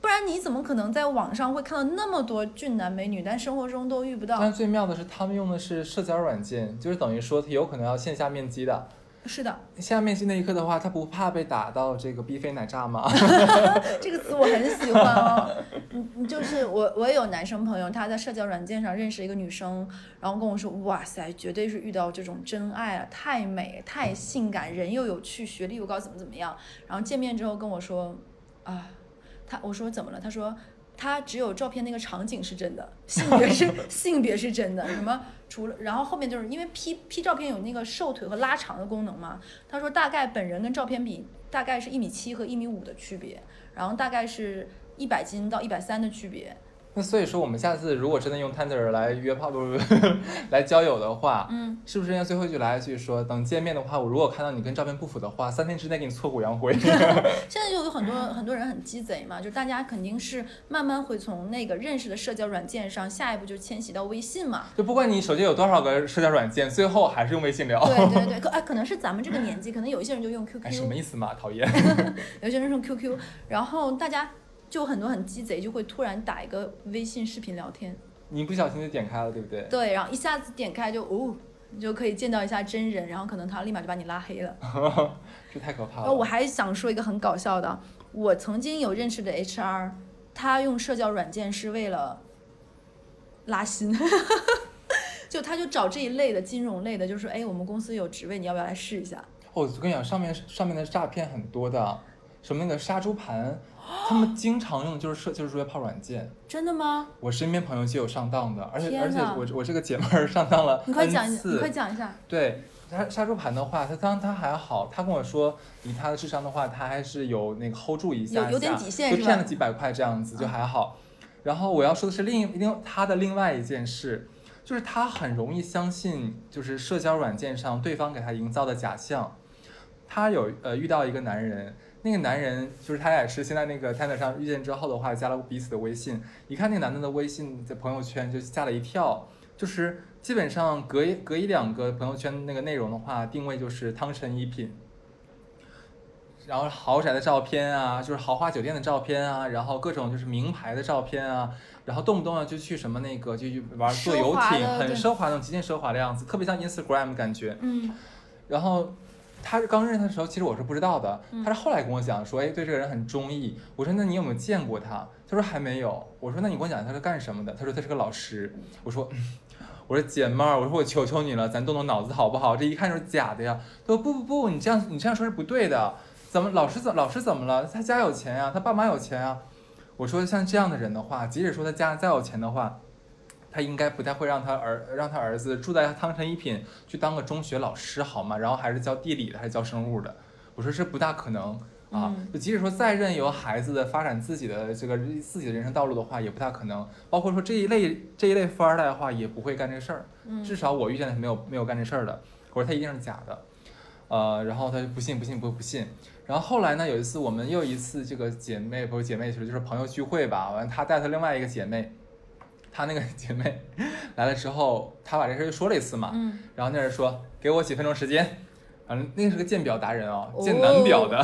Speaker 2: 不然你怎么可能在网上会看到那么多俊男美女，但生活中都遇不
Speaker 1: 但
Speaker 2: 到？
Speaker 1: 是最妙的是，他们用的是社交软件，就是等于说他有可能要线下面基的。
Speaker 2: 是的，
Speaker 1: 线下面基那一刻的话，他不怕被打到这个逼飞奶炸吗？ *laughs*
Speaker 2: 这个词我很喜欢哦。你你就是我，我也有男生朋友，他在社交软件上认识一个女生，然后跟我说：“哇塞，绝对是遇到这种真爱了，太美，太性感，人又有趣，学历又高，怎么怎么样。”然后见面之后跟我说：“啊，他我说怎么了？”他说。他只有照片那个场景是真的，性别是性别是真的，什么除了然后后面就是因为 P P 照片有那个瘦腿和拉长的功能嘛，他说大概本人跟照片比大概是一米七和一米五的区别，然后大概是一百斤到一百三的区别。
Speaker 1: 那所以说，我们下次如果真的用 Tinder 来约炮，不不不， *laughs* 来交友的话，
Speaker 2: 嗯，
Speaker 1: 是不是应该最后一句来一句说，等见面的话，我如果看到你跟照片不符的话，三天之内给你挫骨扬灰。
Speaker 2: 现在就有很多很多人很鸡贼嘛，就大家肯定是慢慢会从那个认识的社交软件上，下一步就迁徙到微信嘛。
Speaker 1: *laughs* 就不管你手机有多少个社交软件，最后还是用微信聊。
Speaker 2: 对对对，可哎，可能是咱们这个年纪，可能有一些人就用 QQ，
Speaker 1: 哎，什么意思嘛？讨厌。 *laughs*
Speaker 2: 有些人用 QQ，然后大家就很多很鸡贼，就会突然打一个微信视频聊天，
Speaker 1: 你不小心就点开了，对不对？ *laughs*
Speaker 2: 对，然后一下子点开就哦，你就可以见到一下真人，然后可能他立马就把你拉黑了。
Speaker 1: 这太可怕
Speaker 2: 然后
Speaker 1: 了。
Speaker 2: 我还想说一个很搞笑的，我曾经有认识的 HR，他用社交软件是为了拉新， *laughs* 就他就找这一类的金融类的，就说哎，我们公司有职位，你要不要来试一下？
Speaker 1: 哦，我跟你讲，上面上面的诈骗很多的，什么那个杀猪盘，他
Speaker 2: *gasps*
Speaker 1: 们经常用的就是社就是约炮软件。
Speaker 2: 真的吗？
Speaker 1: 我身边朋友就有上当的，而且
Speaker 2: 天
Speaker 1: 而且
Speaker 2: 哪
Speaker 1: 我我这个姐妹儿上当了
Speaker 2: *laughs* 你快
Speaker 1: N
Speaker 2: 讲，一
Speaker 1: 次。
Speaker 2: 你快讲一下。
Speaker 1: 对，他杀猪盘的话，他当他还好，他跟我说，以他的智商的话，他还是有那个 hold 住一下
Speaker 2: 有有点
Speaker 1: 下
Speaker 2: 底线
Speaker 1: 就是骗
Speaker 2: 吧嗯
Speaker 1: 了几百块这样子就还好。然后我要说的是另一另他的另外一件事，就是他很容易相信就是社交软件上对方给他营造的假象。他有呃遇到一个男人，那个男人就是他俩是先在那个 Tinder 上遇见之后的话，加了彼此的微信，一看那个男的的微信在朋友圈就吓了一跳，就是基本上隔一隔一两个朋友圈那个内容的话，定位就是汤臣一品，然后豪宅的照片啊，就是豪华酒店的照片啊，然后各种就是名牌的照片啊，然后动不动啊就去什么那个就去玩坐游
Speaker 2: 奢华
Speaker 1: 艇，
Speaker 2: 的
Speaker 1: 很
Speaker 2: 对
Speaker 1: 奢华那种极尽奢华的样子，特别像 Instagram 的感觉。
Speaker 2: 嗯，
Speaker 1: 然后他刚认识他的时候，其实我是不知道的，
Speaker 2: 嗯
Speaker 1: 他是后来跟我讲说，哎，对这个人很中意。我说那你有没有见过他？他说还没有。我说那你给我讲他是干什么的？他说他是个老师。我说。 *laughs* 嗯我说姐妹儿，我说我求求你了，咱动动脑子好不好？这一看就是假的呀！他说不不不，你这样你这样说是不对的。怎么老师怎老师怎么了？他家有钱呀、他爸妈有钱呀、我说像这样的人的话，即使说他家再有钱的话，他应该不太会让他儿让他儿子住在汤臣一品去当个中学老师好吗？然后还是教地理的，还是教生物的。我说这不大可能。啊
Speaker 2: 嗯。
Speaker 1: 就即使说再任由孩子的发展自己的这个自己的人生道路的话，也不大可能。包括说这一类这一类富二代的话，也不会干这事儿。
Speaker 2: 嗯
Speaker 1: 至少我遇见的是没有没有干这事儿的，我说他一定是假的，呃，然后他就不信不信不不信，然后后来呢，有一次我们又一次这个姐妹不是姐妹就是就是朋友聚会吧，完她带她另外一个姐妹，她那个姐妹来了之后，她把这事儿又说了一次嘛，
Speaker 2: 嗯，
Speaker 1: 然后那人说给我几分钟时间，反正那个是个鉴表达人哦，
Speaker 2: 哦
Speaker 1: 鉴男表的，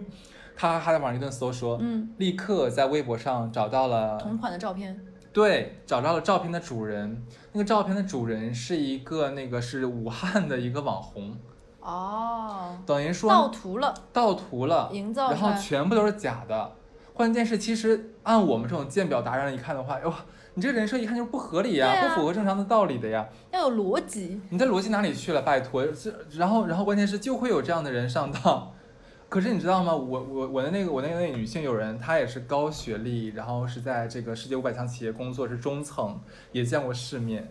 Speaker 1: *laughs* 他还在网上一顿搜说，
Speaker 2: 嗯，
Speaker 1: 立刻在微博上找到了
Speaker 2: 同款的照片，
Speaker 1: 对，找到了照片的主人。那个照片的主人是一个那个是武汉的一个网红，
Speaker 2: 哦，
Speaker 1: 等于
Speaker 2: 盗
Speaker 1: 说
Speaker 2: 图了，
Speaker 1: 盗图了，
Speaker 2: 营造
Speaker 1: 然
Speaker 2: 出
Speaker 1: 后
Speaker 2: 来，
Speaker 1: 全部都是假的。关键是，其实按我们这种鉴表达人一看的话，哇，你这个人设一看就是不合理呀、
Speaker 2: 对啊
Speaker 1: 不符合正常的道理的呀。
Speaker 2: 要有逻辑，
Speaker 1: 你的逻辑哪里去了？拜托，这然后然后关键是就会有这样的人上当。 *laughs* 可是你知道吗？我我我的那个我那个那个女性友人，她也是高学历，然后是在这个世界五百强企业工作，是中层，也见过世面。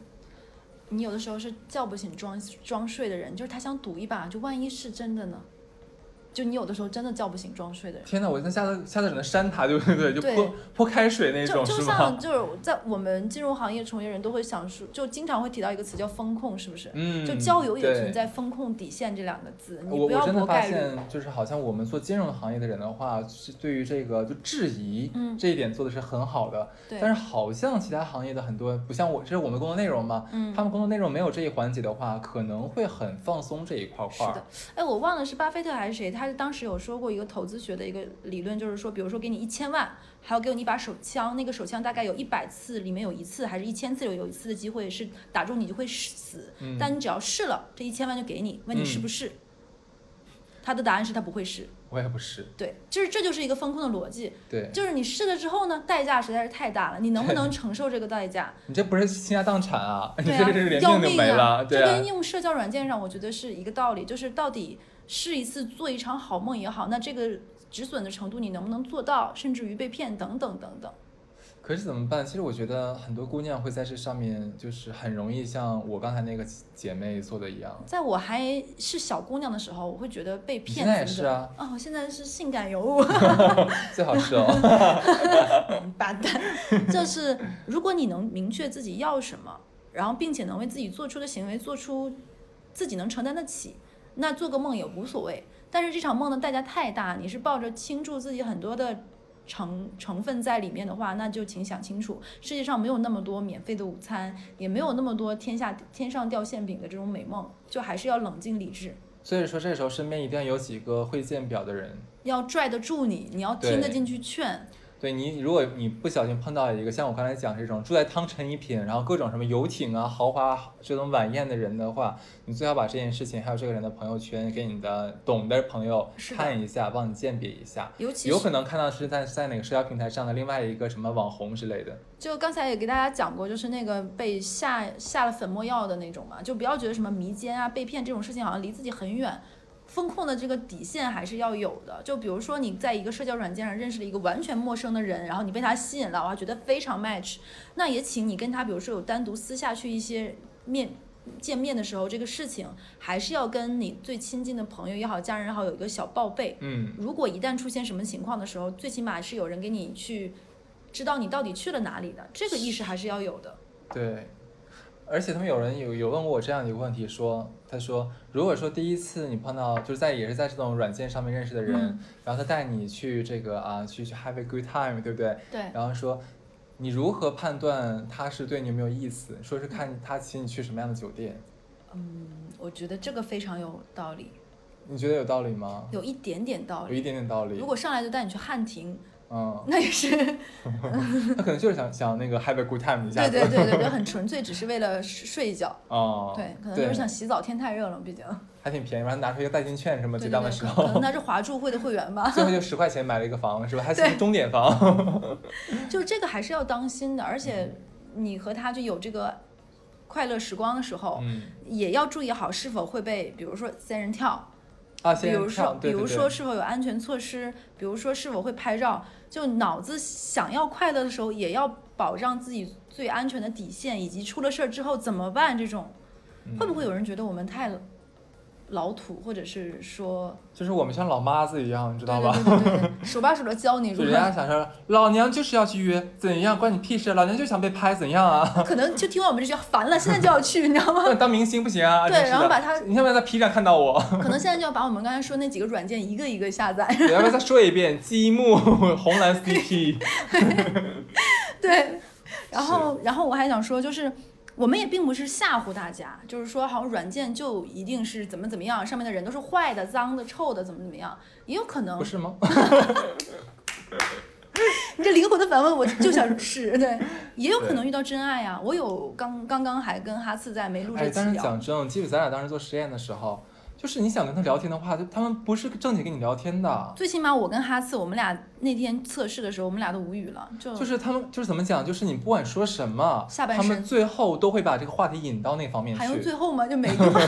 Speaker 2: 你有的时候是叫不醒装装睡的人，就是他想赌一把，就万一是真的呢？就你有的时候真的叫不醒装睡的人。
Speaker 1: 天哪！我那下次下次只能扇他，对 *laughs* 不对？就
Speaker 2: 对
Speaker 1: 泼泼开水那
Speaker 2: 就
Speaker 1: 种，
Speaker 2: 就是像
Speaker 1: 吗？
Speaker 2: 就是在我们金融行业从业人都会想说，就经常会提到一个词叫风控，是不是？
Speaker 1: 嗯，
Speaker 2: 就交友也
Speaker 1: 对
Speaker 2: 存在风控底线这两个字，你
Speaker 1: 我
Speaker 2: 不要
Speaker 1: 我真的
Speaker 2: 博
Speaker 1: 发
Speaker 2: 概率。
Speaker 1: 现，就是好像我们做金融行业的人的话，是对于这个就质疑、
Speaker 2: 嗯
Speaker 1: 这一点做的是很好的，
Speaker 2: 对
Speaker 1: 但是好像其他行业的很多不像我，这是我们工作内容嘛，
Speaker 2: 嗯
Speaker 1: 他们工作内容没有这一环节的话，可能会很放松这一块
Speaker 2: 是
Speaker 1: 块儿
Speaker 2: 的。，哎，我忘了是巴菲特还是谁，他当时有说过一个投资学的一个理论，就是说，比如说给你一千万，还要给你一把手枪，那个手枪大概有一百次，里面有一次还是一千次有有一次的机会是打中你就会死，
Speaker 1: 嗯
Speaker 2: 但你只要试了，这一千万就给你，问你是
Speaker 1: 嗯
Speaker 2: 不是？他的答案是他不会试，
Speaker 1: 我也不是，
Speaker 2: 对，就是这就是一个风控的逻辑，
Speaker 1: 对
Speaker 2: 就是你试了之后呢，代价实在是太大了，你能不能承受这个代价？
Speaker 1: 你这不是倾家荡产啊，你
Speaker 2: *laughs* 对
Speaker 1: 这
Speaker 2: 啊
Speaker 1: 是，连
Speaker 2: 要
Speaker 1: 命
Speaker 2: 命
Speaker 1: 都没了，
Speaker 2: 啊！
Speaker 1: 对
Speaker 2: 这
Speaker 1: 啊
Speaker 2: 跟。用社交软件上，我觉得是一个道理，就是到底试一次做一场好梦也好，那这个止损的程度你能不能做到，甚至于被骗等等等等。
Speaker 1: 可是怎么办？其实我觉得很多姑娘会在这上面，就是很容易像我刚才那个姐妹做的一样。
Speaker 2: 在我还是小姑娘的时候，我会觉得被
Speaker 1: 你
Speaker 2: 骗
Speaker 1: 现在也
Speaker 2: 怎么
Speaker 1: 是
Speaker 2: 怎么
Speaker 1: 啊，
Speaker 2: 啊，我现在是性感尤物，
Speaker 1: 最好是
Speaker 2: *laughs*
Speaker 1: 哦。
Speaker 2: 八蛋。 *laughs* 就是如果你能明确自己要什么，然后并且能为自己做出的行为做出自己能承担得起，那做个梦也无所谓。但是这场梦的代价太大，你是抱着倾注自己很多的成成分在里面的话，那就请想清楚，世界上没有那么多免费的午餐，也没有那么多天下天上掉馅饼的这种美梦，就还是要冷静理智，
Speaker 1: 所以说这时候身边一定要有几个会鉴表的人。
Speaker 2: 要拽得住你，你要听得
Speaker 1: 对
Speaker 2: 进去劝。
Speaker 1: 对你，如果你不小心碰到一个像我刚才讲这种住在汤臣一品，然后各种什么游艇啊、豪华这种晚宴的人的话，你最好把这件事情还有这个人的朋友圈给你的懂的朋友
Speaker 2: 是的
Speaker 1: 看一下，帮你鉴别一下。
Speaker 2: 尤其是
Speaker 1: 有可能看到是在在哪个社交平台上的另外一个什么网红之类的。
Speaker 2: 就刚才也给大家讲过，就是那个被下下了粉末药的那种嘛，就不要觉得什么迷奸啊、被骗这种事情好像离自己很远，风控的这个底线还是要有的。就比如说你在一个社交软件上认识了一个完全陌生的人，然后你被他吸引了，哇，觉得非常 match，那也请你跟他，比如说有单独私下去一些面。见面的时候，这个事情还是要跟你最亲近的朋友也好、家人也好有一个小报备，
Speaker 1: 嗯，
Speaker 2: 如果一旦出现什么情况的时候，最起码是有人给你去知道你到底去了哪里的，这个意识还是要有的。
Speaker 1: 对。而且他们有人有有问过我这样一个问题，说他说，如果说第一次你碰到就是在也是在这种软件上面认识的人，
Speaker 2: 嗯
Speaker 1: 然后他带你去这个啊去去 have a good time，对不对？
Speaker 2: 对，
Speaker 1: 然后说你如何判断他是对你有没有意思？说是看他请你去什么样的酒店，
Speaker 2: 嗯，我觉得这个非常有道理，
Speaker 1: 你觉得有道理吗？
Speaker 2: 有一点点道
Speaker 1: 有一
Speaker 2: 理。
Speaker 1: 点点道理。
Speaker 2: 如果上来就带你去汉庭，
Speaker 1: 嗯，
Speaker 2: 那
Speaker 1: *laughs*
Speaker 2: 也是
Speaker 1: 他可能就是想想那个 have a good time 一下
Speaker 2: 对
Speaker 1: 子。
Speaker 2: 对对对，就很纯粹，只是为了睡睡一觉。
Speaker 1: 哦，
Speaker 2: 对，可能就是想洗澡，天太热了，毕竟。
Speaker 1: 还挺便宜，然后拿出一个代金券什么，
Speaker 2: 对
Speaker 1: 结
Speaker 2: 对
Speaker 1: 账的
Speaker 2: 对，嗯
Speaker 1: 时哦
Speaker 2: 可可能
Speaker 1: 候，
Speaker 2: 他是华住会的会员吧。
Speaker 1: *laughs* 最后就十块钱买了一个房，是吧？还是
Speaker 2: 对
Speaker 1: 钟点房。
Speaker 2: 就是这个还是要当心的，而且你和他就有这个快乐时光的时候，
Speaker 1: 嗯，
Speaker 2: 也要注意好是否会被，比如说仙人跳，
Speaker 1: 啊，
Speaker 2: 比
Speaker 1: 仙
Speaker 2: 如
Speaker 1: 人
Speaker 2: 说
Speaker 1: 跳，，
Speaker 2: 比
Speaker 1: 对对
Speaker 2: 如
Speaker 1: 对
Speaker 2: 说是否有安全措施，比如说是否会拍照，就脑子想要快乐的时候，也要保障自己最安全的
Speaker 1: 嗯
Speaker 2: 底线，以及出了事儿之后怎么办这种。会不会有人觉得我们太老土，或者是说，
Speaker 1: 就是我们像老妈子一样，你知
Speaker 2: 对
Speaker 1: 道
Speaker 2: 对
Speaker 1: 吧？
Speaker 2: 对对对，手把手的教你
Speaker 1: 就
Speaker 2: 如
Speaker 1: 人
Speaker 2: 何
Speaker 1: 家。想说，老娘就是要去约，怎样关你屁事？老娘就想被拍，怎样啊？ *laughs*
Speaker 2: 可能就听完我们这句烦了，现在就要去，你知道吗？
Speaker 1: 当明星不行 *laughs* 啊！
Speaker 2: 对
Speaker 1: 真是的
Speaker 2: 然后把它
Speaker 1: 你要不要在 P 站看到我？ *laughs*
Speaker 2: 可能现在就要把我们刚才说那几个软件一个一个下载。
Speaker 1: 你要不要再说一遍？积木红蓝
Speaker 2: *laughs*
Speaker 1: CP， *laughs*
Speaker 2: 对，然后然后我还想说，就是我们也并不是吓唬大家，就是说好像软件就一定是怎么怎么样，上面的人都是坏的、脏的、臭的，怎么怎么样，也有可能
Speaker 1: 不。是吗？
Speaker 2: 你这灵魂的反问，我就想
Speaker 1: *laughs*
Speaker 2: 是对，也有可能遇到真爱啊。我有刚刚刚还跟哈次在没录这
Speaker 1: 哎，
Speaker 2: 期啊
Speaker 1: 但是
Speaker 2: 聊，
Speaker 1: 讲真，记得咱俩当时做实验的时候，就是你想跟他聊天的话，就他们不是正经跟你聊天的，
Speaker 2: 最起码我跟哈次，我们俩那天测试的时候，我们俩都无语了，就
Speaker 1: 就是他们就是怎么讲，就是你不管说什么，
Speaker 2: 嗯下半
Speaker 1: 他们
Speaker 2: 身
Speaker 1: 最后都会把这个话题引到那方面
Speaker 2: 还用
Speaker 1: 去。
Speaker 2: 最后吗？
Speaker 1: *laughs*
Speaker 2: 就每一句话，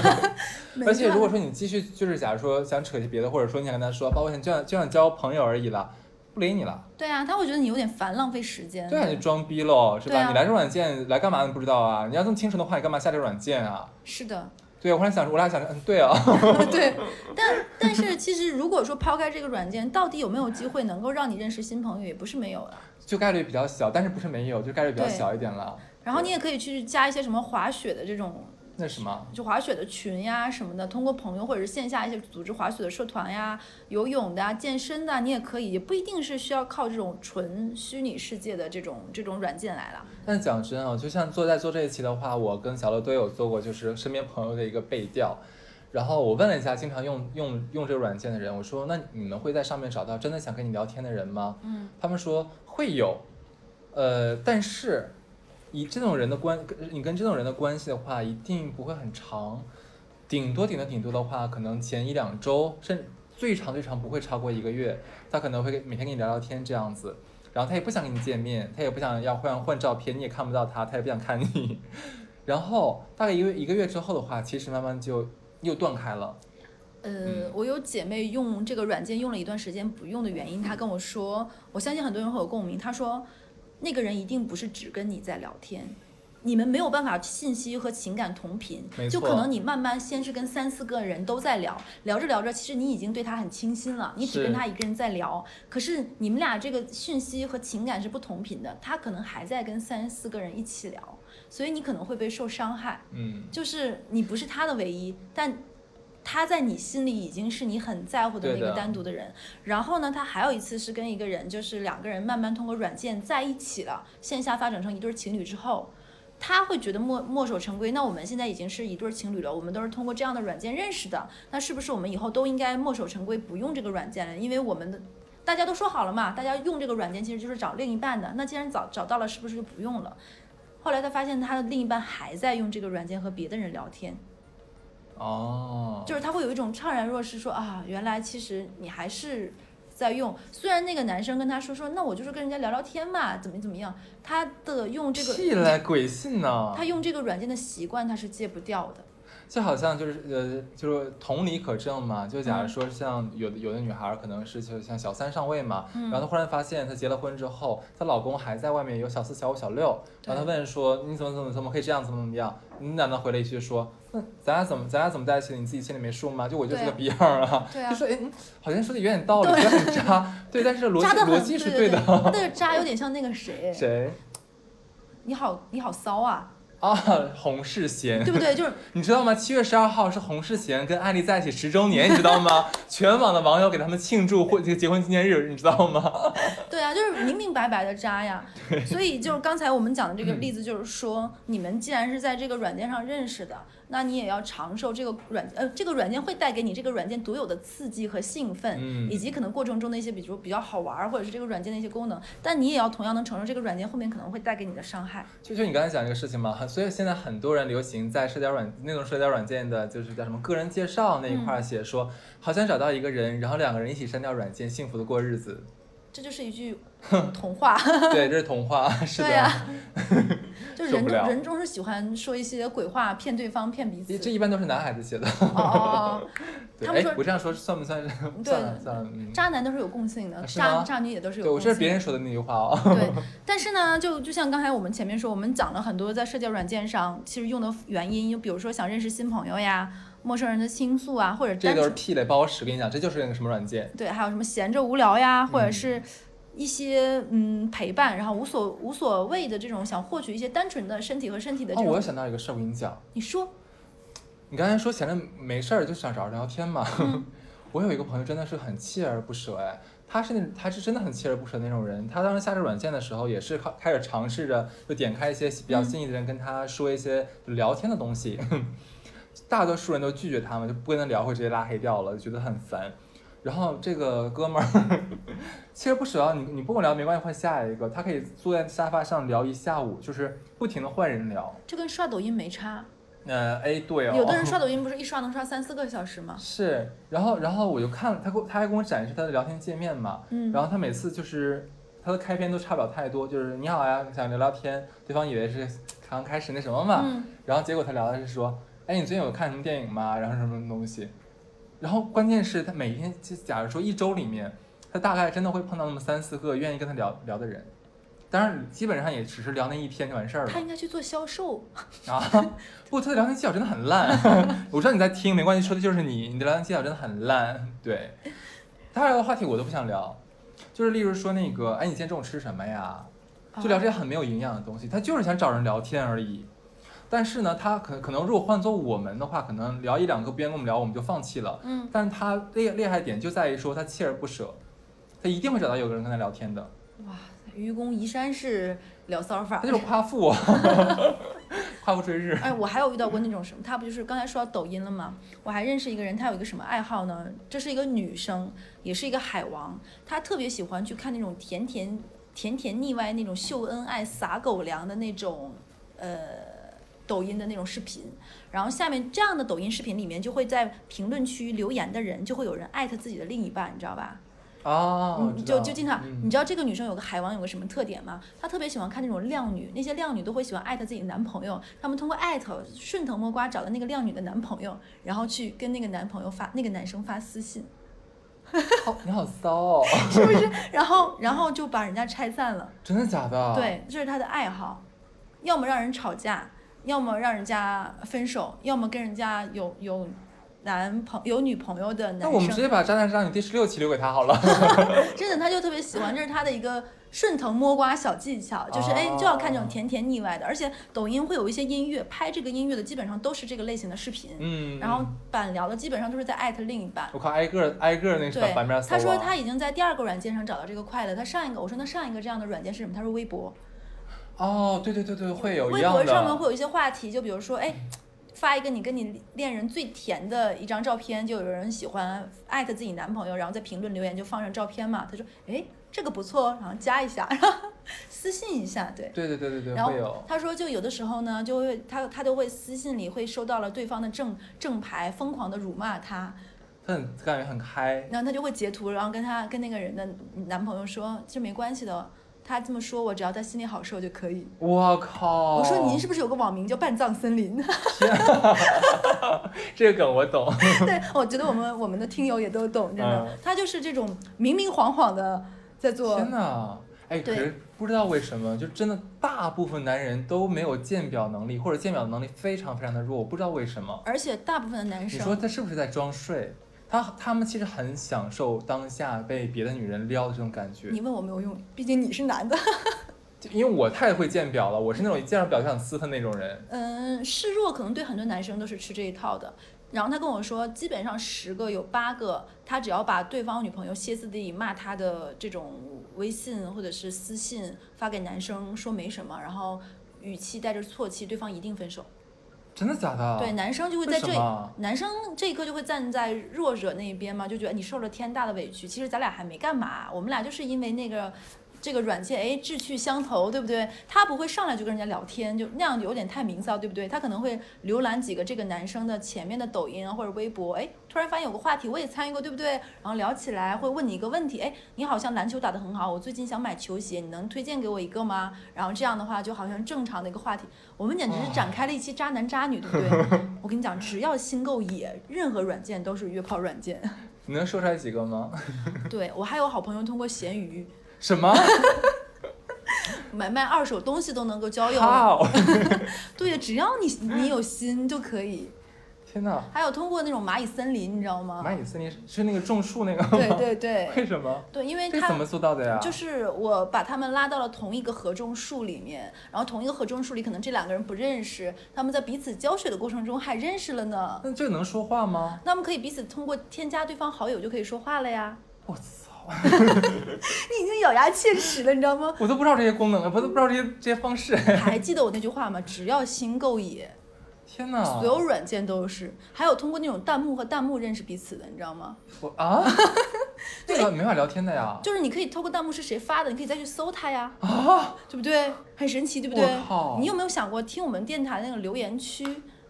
Speaker 2: 每
Speaker 1: 而
Speaker 2: 一
Speaker 1: 且
Speaker 2: 句
Speaker 1: 如
Speaker 2: 话
Speaker 1: 果说你继续就是假如说想扯些别的，或者说你想跟他说，包括想就想就想交朋友而已了，不理你了。
Speaker 2: 对啊，他会觉得你有点烦，浪费时间。
Speaker 1: 对啊，你装逼喽，是吧？
Speaker 2: 对啊
Speaker 1: 你来这软件来干嘛？你不知道啊？你要这么清纯的话，你干嘛下这软件啊？
Speaker 2: 是的，
Speaker 1: 对，我忽然想说，我俩想着，嗯，对啊， *laughs*
Speaker 2: *laughs* 对，但但是其实如果说抛开这个软件，到底有没有机会能够让你认识新朋友，也不是没有的。
Speaker 1: 就概率比较小，但是不是没有，就概率比较
Speaker 2: 对
Speaker 1: 小一点了。
Speaker 2: 然后你也可以去加一些什么滑雪的这种，
Speaker 1: 那什么，
Speaker 2: 就滑雪的群呀什么的，通过朋友或者是线下一些组织滑雪的社团呀、游泳的、啊、健身的啊，你也可以，也不一定是需要靠这种纯虚拟世界的这种这种软件来了。
Speaker 1: 但讲真啊，就像做在做这一期的话，我跟小乐都有做过，就是身边朋友的一个背调。然后我问了一下经常用用用这个软件的人，我说那你们会在上面找到真的想跟你聊天的人吗？
Speaker 2: 嗯，
Speaker 1: 他们说会有，呃，但是以这种人的关，跟你跟这种人的关系的话，一定不会很长，顶多顶多顶多的话，可能前一两周，甚最长最长不会超过一个月，他可能会跟每天跟你聊聊天这样子，然后他也不想跟你见面，他也不想要换换照片，你也看不到他，他也不想看你， *laughs* 然后大概一个一个月之后的话，其实慢慢就又断开了。
Speaker 2: 呃，
Speaker 1: 嗯
Speaker 2: 我有姐妹用这个软件用了一段时间不用的原因，她跟我说，我相信很多人会有共鸣。她说，那个人一定不是只跟你在聊天，你们没有办法信息和情感同频
Speaker 1: 没，
Speaker 2: 就
Speaker 1: 错
Speaker 2: 可能你慢慢先是跟三四个人都在聊，聊着聊着，其实你已经对他很清新了，你只
Speaker 1: 是
Speaker 2: 跟他一个人在聊，可是你们俩这个讯息和情感是不同频的，他可能还在跟三四个人一起聊，所以你可能会被受伤害。
Speaker 1: 嗯，
Speaker 2: 就是你不是他的唯一，但他在你心里已经是你很在乎的那
Speaker 1: 对
Speaker 2: 个
Speaker 1: 的
Speaker 2: 单独的人。然后呢，他还有一次是跟一个人，就是两个人慢慢通过软件在一起了，线下发展成一对情侣之后。他会觉得墨墨守成规，那我们现在已经是一对情侣了，我们都是通过这样的软件认识的，那是不是我们以后都应该墨守成规，不用这个软件了？因为我们的大家都说好了嘛，大家用这个软件其实就是找另一半的，那既然找找到了，是不是就不用了？后来他发现他的另一半还在用这个软件和别的人聊天，
Speaker 1: 哦，
Speaker 2: 就是他会有一种怅然若失说，啊，原来其实你还是在用。虽然那个男生跟他说说，那我就是跟人家聊聊天嘛，怎么怎么样，他的用这
Speaker 1: 屁
Speaker 2: 个
Speaker 1: 嘞，鬼信呢！
Speaker 2: 他用这个软件的习惯他是戒不掉的。
Speaker 1: 就好像就是呃，就是同理可证嘛。就假如说像有的有的女孩儿可能是就像小三上位嘛，然后她忽然发现她结了婚之后，她老公还在外面有小四、小五、小六，然后她问说你怎么怎么怎么可以这样怎么怎么样？你难道回了一句说那咱俩怎么咱俩怎么在一起的？你自己心里没数吗？就我就这
Speaker 2: 对啊
Speaker 1: 个逼样儿啊！
Speaker 2: 对啊
Speaker 1: 就说哎，嗯好像说的有点道理，觉得很渣，对，但是逻辑
Speaker 2: 渣的很，
Speaker 1: 逻辑是
Speaker 2: 对
Speaker 1: 的。
Speaker 2: 对，那个渣有点像那个谁，
Speaker 1: *laughs* 谁
Speaker 2: 你好你好骚啊，
Speaker 1: 啊？洪世贤
Speaker 2: 对。不对？就是
Speaker 1: 你知道吗？七月十二号是洪世贤跟艾丽在一起十周年，你知道
Speaker 2: *laughs*
Speaker 1: 吗？全网的网友给他们庆祝婚这个结婚纪念日，你知道吗？
Speaker 2: 对啊，就是明明白白的渣
Speaker 1: *laughs*
Speaker 2: 呀。所以就是刚才我们讲的这个例子，就是说，你们既然是在这个软件上认识的，那你也要尝受这个软呃这个软件会带给你这个软件独有的刺激和兴奋，
Speaker 1: 嗯
Speaker 2: 以及可能过程中的一些，比如比较好玩儿，或者是这个软件的一些功能，但你也要同样能承受这个软件后面可能会带给你的伤害。
Speaker 1: 就就你刚才讲这个事情嘛，很所以现在很多人流行在社交软那种社交软件的，就是叫什么个人介绍那一块儿写
Speaker 2: 嗯
Speaker 1: 说，好想找到一个人，然后两个人一起删掉软件，幸福的过日
Speaker 2: *laughs*
Speaker 1: 子。 *laughs*
Speaker 2: 这就是一句童话，啊
Speaker 1: 对，这是童话，是的。
Speaker 2: 对呀、就
Speaker 1: 受
Speaker 2: 人
Speaker 1: 不
Speaker 2: 总
Speaker 1: 了
Speaker 2: 人总是喜欢说一些鬼话骗对方骗彼此
Speaker 1: 这。这一般都是男孩子写的。
Speaker 2: 哦哦，哦
Speaker 1: 对，
Speaker 2: 他们
Speaker 1: 哎
Speaker 2: 说，
Speaker 1: 我这样说算不算是？*laughs*
Speaker 2: 对
Speaker 1: 算了算了，嗯，
Speaker 2: 渣男都是有共性的，
Speaker 1: 啊是
Speaker 2: 渣
Speaker 1: 吗
Speaker 2: 渣女也都是有
Speaker 1: 对
Speaker 2: 共
Speaker 1: 我
Speaker 2: 性
Speaker 1: 这
Speaker 2: 的。
Speaker 1: 是别人 *laughs* 说的那句话哦。
Speaker 2: 对，但是呢，就就像刚才我们前面说，我们讲了很多在社交软件上其实用的原因，就比如说想认识新朋友呀、陌生人的倾诉啊，或者
Speaker 1: 这
Speaker 2: 单
Speaker 1: 都是
Speaker 2: 纯
Speaker 1: 屁嘞包屎，跟你讲，这就是那个什么软件。
Speaker 2: 对，还有什么闲着无聊
Speaker 1: 嗯
Speaker 2: 呀，或者是一些嗯陪伴，然后无所无所谓的这种想获取一些单纯的身体和身体的
Speaker 1: 哦，
Speaker 2: 这
Speaker 1: 我
Speaker 2: 种，
Speaker 1: 又想到一个事儿，我跟你讲，
Speaker 2: 你说
Speaker 1: 你刚才说闲着没事儿就想找人聊天嘛。 *laughs* 我有一个朋友真的是很锲而不舍哎，他是那他是真的很锲而不舍的那种人。他当时下这软件的时候，也是开开始尝试着就点开一些比较心仪的人，跟他说一些聊天的东西。 *laughs* 大多数人都拒绝他嘛，就不跟他聊，会直接拉黑掉了，觉得很烦。然后这个哥们儿 *laughs* 锲而不舍啊，你你不跟我聊没关系，换下一个。他可以坐在沙发上聊一下午，就是不停的换人聊。
Speaker 2: 这跟刷抖音没差，
Speaker 1: 呃，哎，对哦，
Speaker 2: 有的人刷抖音不是一刷能刷三四个小时吗？
Speaker 1: *laughs* 是，然后然后我就看他给我他还给我展示他的聊天界面嘛，
Speaker 2: 嗯
Speaker 1: 然后他每次就是他的开篇都差不了太多，就是你好呀，想聊聊天，对方以为是刚开始那什么嘛，
Speaker 2: 嗯，
Speaker 1: 然后结果他聊的是说，哎，你最近有看什么电影吗？然后什么什么东西，然后关键是他每天就假如说一周里面，他大概真的会碰到那么三四个愿意跟他聊聊的人，当然基本上也只是聊那一天就完事儿了
Speaker 2: 他。应该去做销售，
Speaker 1: 啊，不，他的聊天技巧真的很
Speaker 2: *laughs*
Speaker 1: 烂。我知道你在听，没关系，说的就是你，你的聊天技巧真的很烂。对，他聊的话题我都不想聊，就是例如说那个，哎，你今天中午吃什么呀？
Speaker 2: 啊
Speaker 1: 就聊这些很没有营养的东西，他就是想找人聊天而已。但是呢，他可可能如果换做我们的话，可能聊一两个不愿意跟我们聊，我们就放弃了。
Speaker 2: 嗯，
Speaker 1: 但是他厉厉害点就在于说他锲而不舍，他一定会找到有个人跟他聊天的。
Speaker 2: 哇，愚公移山式聊骚法
Speaker 1: 他。就是夸父，
Speaker 2: *laughs*
Speaker 1: 夸父追日。
Speaker 2: 哎，我还有遇到过那种什么，他不就是刚才说到抖音了吗？我还认识一个人，他有一个什么爱好呢？这是一个女生，也是一个海王，她特别喜欢去看那种甜甜甜甜腻歪那种秀恩爱、撒狗粮的那种，呃。抖音的那种视频，然后下面这样的抖音视频里面，就会在评论区留言的人，就会有人艾特自己的另一半，你知道吧？
Speaker 1: 啊，我
Speaker 2: 嗯，
Speaker 1: 知
Speaker 2: 就
Speaker 1: 道
Speaker 2: 就经常，
Speaker 1: 嗯
Speaker 2: 你知道这个女生有个海王有个什么特点吗？她特别喜欢看那种靓女，那些靓女都会喜欢艾特自己的男朋友，她们通过艾特顺藤摸瓜找到那个靓女的男朋友，然后去跟那个男朋友发那个男生发私信，
Speaker 1: 好，你好骚哦！
Speaker 2: 是不是？然后然后就把人家拆散了。
Speaker 1: 真的假的？，
Speaker 2: 对，这是她的爱好，要么让人吵架，要么让人家分手，要么跟人家有有男朋有女朋友的男
Speaker 1: 那
Speaker 2: 生。
Speaker 1: 我们直接把《渣男渣女》第十六期留给他好了。
Speaker 2: *laughs* 真的，他就特别喜欢，这是他的一个顺藤摸瓜小技巧，就是哎，就要看这
Speaker 1: 哦
Speaker 2: 种甜甜腻歪的，而且抖音会有一些音乐，拍这个音乐的基本上都是这个类型的视频，
Speaker 1: 嗯，
Speaker 2: 然后板聊的基本上都是在艾特另一半。
Speaker 1: 我靠，挨个挨个那个
Speaker 2: 对
Speaker 1: 版面，搜啊。
Speaker 2: 他说他已经在第二个软件上找到这个快乐。他上一个，我说那上一个这样的软件是什么？他说微博，
Speaker 1: 哦，对对对对，会有一
Speaker 2: 微
Speaker 1: 样的。
Speaker 2: 博上面会有一些话题，就比如说，哎，发一个你跟你恋人最甜的一张照片，就有人喜欢艾特自己男朋友，然后在评论留言就放上照片嘛。他说，哎，这个不错，哦，然后加一下， *laughs* 然后私信一下，对。
Speaker 1: 对对对对对，
Speaker 2: 然
Speaker 1: 会有
Speaker 2: 后。他说，就有的时候呢，就会他他都会私信里会收到了对方的正正牌，疯狂的辱骂他，
Speaker 1: 他很感觉很嗨，
Speaker 2: 然后他就会截图，然后跟他跟那个人的男朋友说，这没关系的，他这么说我只要他心里好受就可以。
Speaker 1: 我靠！
Speaker 2: 我说您是不是有个网名叫半藏森林？
Speaker 1: 这个梗我懂， *laughs*
Speaker 2: 对，我觉得我们我们的听友也都懂，真的
Speaker 1: 嗯，
Speaker 2: 他就是这种明明晃晃的在做，
Speaker 1: *laughs* 天哪！哎，可
Speaker 2: 对
Speaker 1: 是不知道为什么，就真的大部分男人都没有鉴表能力，或者鉴表能力非常非常的弱，我不知道为什么。
Speaker 2: 而且大部分的男
Speaker 1: 你说
Speaker 2: 生，
Speaker 1: 他是不是在装睡？他他们其实很享受当下被别的女人撩的这种感觉
Speaker 2: 你，问我没有用，毕竟你是男的， *laughs*
Speaker 1: 就因为我太会见表了，我是那种一见到表就想撕他那种人。
Speaker 2: 嗯，示弱可能对很多男生都是吃这一套的。然后他跟我说，基本上十个有八个，他只要把对方女朋友歇斯底里骂他的这种微信或者是私信发给男生，说没什么，然后语气带着错气，对方一定分手。
Speaker 1: 真的假的？
Speaker 2: 对，，男生就会
Speaker 1: 啊为
Speaker 2: 在
Speaker 1: 什
Speaker 2: 这
Speaker 1: 么？
Speaker 2: 男生这一刻就会站在哎弱者那一边嘛，就觉得你受了天大的委屈，其实咱俩还没干嘛，我们俩就是因为那个这个软件哎志趣相投，对不对？他不会上来就跟人家聊天，就那样有点太明骚，对不对？他可能会浏览几个这个男生的前面的抖音啊或者微博，哎，突然发现有个话题我也参与过，对不对？然后聊起来会问你一个问题，哎，你好像篮球打得很好，我最近想买球鞋，你能推荐给我一个吗？然后这样的话就好像正常的一个话题，我们简直是展开了一期渣男渣女，对不对？
Speaker 1: *laughs*
Speaker 2: 我跟你讲，只要心够野，任何软件都是约炮
Speaker 1: *laughs*
Speaker 2: 软件。
Speaker 1: 你能说出来几个吗？ *laughs*
Speaker 2: 对我还有好朋友通过闲鱼
Speaker 1: 什么？
Speaker 2: 买卖二手东西都能够交友。
Speaker 1: 好，
Speaker 2: 对，只要你你有心就可以。
Speaker 1: *laughs* 天哪！
Speaker 2: 还有通过那种蚂蚁森林，你知道吗？
Speaker 1: 蚂蚁森林是是那个种树那个吗？
Speaker 2: 对对对
Speaker 1: *laughs* 为什么？
Speaker 2: 对，因为
Speaker 1: 这怎么
Speaker 2: 它
Speaker 1: 做到的呀？
Speaker 2: 就是我把他们拉到了同一个合种树里面，然后同一个合种树里，可能这两个人不认识，他们在彼此交水的过程中还认识了呢。
Speaker 1: 那这个能说话吗？
Speaker 2: 那么可以彼此通过添加对方好友就可以说话了呀。
Speaker 1: 我操！
Speaker 2: 你已经咬牙切齿了，你知道吗？ *laughs*
Speaker 1: 我都不知道这些功能，我都不知道这些这些方式。
Speaker 2: 还记得我那句话吗？只要心够野，
Speaker 1: 天哪！
Speaker 2: 所有软件都是，还有通过那种弹幕和弹幕认识彼此的，你知道吗？
Speaker 1: 我
Speaker 2: *laughs*
Speaker 1: 啊，这个没法聊天的呀。
Speaker 2: 就是你可以透过弹幕是谁发的，你可以再去搜它呀，对不对？很神奇，对不对
Speaker 1: 我靠？
Speaker 2: 你有没有想过，听我们电台那个留言区，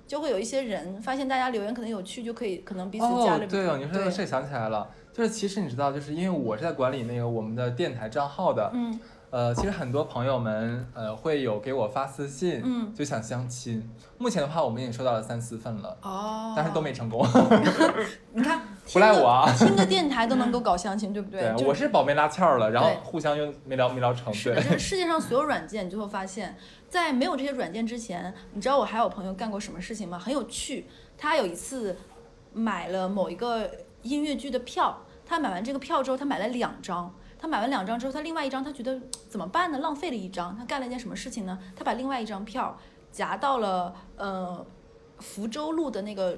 Speaker 2: 就会有一些人发现大家留言可能有趣，就可以可能彼此加了
Speaker 1: 哦，
Speaker 2: 彼此。
Speaker 1: 对哦，你说到这想起来了，就是其实你知道，就是因为我是在管理那个我们的电台账号的，
Speaker 2: 嗯
Speaker 1: 呃，其实很多朋友们呃会有给我发私信，
Speaker 2: 嗯
Speaker 1: 就想相亲。目前的话，我们已经收到了三四份了，
Speaker 2: 哦，
Speaker 1: 但是都没成功。
Speaker 2: 你看，
Speaker 1: 不赖我啊 *laughs*
Speaker 2: 听个，听个电台都能够搞相亲，对不对？就是
Speaker 1: 我是宝妹拉翘了，然后
Speaker 2: 对
Speaker 1: 互相又没聊没聊成，
Speaker 2: 是的，
Speaker 1: 对，
Speaker 2: 就是世界上所有软件，你就会发现，在没有这些软件之前，你知道我还有朋友干过什么事情吗？很有趣，他有一次买了某一个音乐剧的票，他买完这个票之后，他买了两张。他买完两张之后，他另外一张他觉得怎么办呢？浪费了一张，他干了一件什么事情呢？他把另外一张票夹到了呃福州路的那个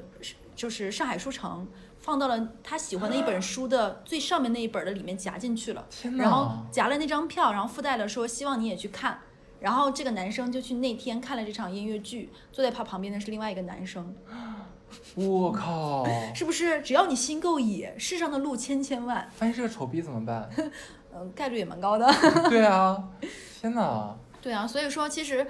Speaker 2: 就是上海书城，放到了他喜欢的一本书的最上面那一本的里面夹进去了。
Speaker 1: *laughs* 天
Speaker 2: 然后
Speaker 1: 哪！
Speaker 2: 夹了那张票，然后附带了说希望你也去看。然后这个男生就去那天看了这场音乐剧，坐在他旁边的是另外一个男生，
Speaker 1: 我靠！
Speaker 2: 是不是？只要你心够野，世上的路千千万，
Speaker 1: 万一是个丑逼怎么办？ *laughs*
Speaker 2: 嗯，概率也蛮高的。
Speaker 1: 对啊，天哪！
Speaker 2: *laughs* 对啊，所以说其实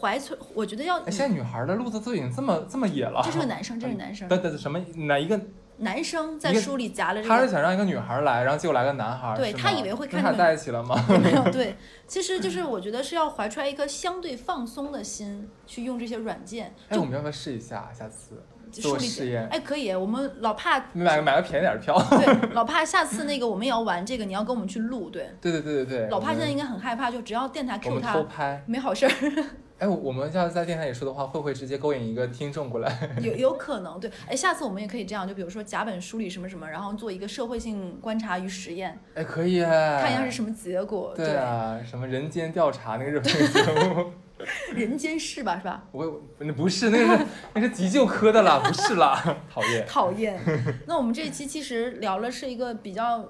Speaker 2: 怀存，我觉得要
Speaker 1: 哎，现在女孩的路子都已经这么这么野了。
Speaker 2: 这是个男生，这是男生，
Speaker 1: 等等什么哪一个？
Speaker 2: 男生在
Speaker 1: 一个
Speaker 2: 书里夹了这
Speaker 1: 他是
Speaker 2: 个。
Speaker 1: 想让一个女孩来，然后结果来个男孩。
Speaker 2: 对
Speaker 1: 是吗
Speaker 2: 他以为会看
Speaker 1: 那他
Speaker 2: 见
Speaker 1: 在一起了吗？
Speaker 2: 没有 *laughs* 对，其实就是我觉得是要怀揣一颗相对放松的心去用这些软件，
Speaker 1: 哎，我们要不要试一下？下次
Speaker 2: 书
Speaker 1: 做
Speaker 2: 里
Speaker 1: 实验，
Speaker 2: 哎可以，我们老怕
Speaker 1: 买个买个便宜点的票。
Speaker 2: 对，老帕，下次那个我们也要玩这个，你要跟我们去录。对，
Speaker 1: 对对对对对。
Speaker 2: 老帕
Speaker 1: 我
Speaker 2: 现
Speaker 1: 们
Speaker 2: 在应该很害怕，就只要电台
Speaker 1: 我
Speaker 2: Q
Speaker 1: 们偷
Speaker 2: 他，
Speaker 1: 拍。
Speaker 2: 没好事儿，
Speaker 1: 哎，我我们要是在电台里说的话，会不会直接勾引一个听众过
Speaker 2: *laughs*
Speaker 1: 来？
Speaker 2: 有有可能。对，哎，下次我们也可以这样，就比如说甲本书里什么什么，然后做一个社会性观察与实验，
Speaker 1: 哎，可以哎。
Speaker 2: 看一下是什么结果。
Speaker 1: 对啊，什么人间调查那个日本的节目，
Speaker 2: 人间世吧，是吧？
Speaker 1: 我 *laughs* 那不是那个是 *laughs* 那是急救科的啦，不是啦，讨厌。
Speaker 2: 讨厌。 *laughs* 那我们这一期其实聊了是一个比较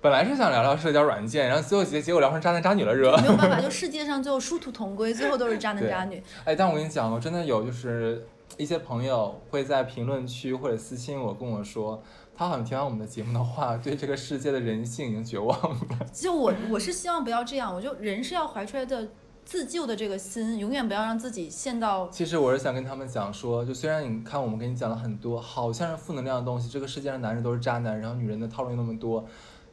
Speaker 1: 本来是想聊聊社交软件，然后最后结结果聊成渣男渣女了，惹。
Speaker 2: 没有办法，就世界上最后殊途同归，最后都是渣男渣女。
Speaker 1: *laughs* 哎，但我跟你讲，我真的有就是一些朋友会在评论区或者私信我跟我说，他好像听完我们的节目的话，对这个世界的人性已经绝望了。
Speaker 2: 就我我是希望不要这样，我就人是要怀揣着自救的这个心，永远不要让自己陷到
Speaker 1: 其实我是想跟他们讲说，就虽然你看我们跟你讲了很多好像是负能量的东西，这个世界上男人都是渣男，然后女人的套路又那么多，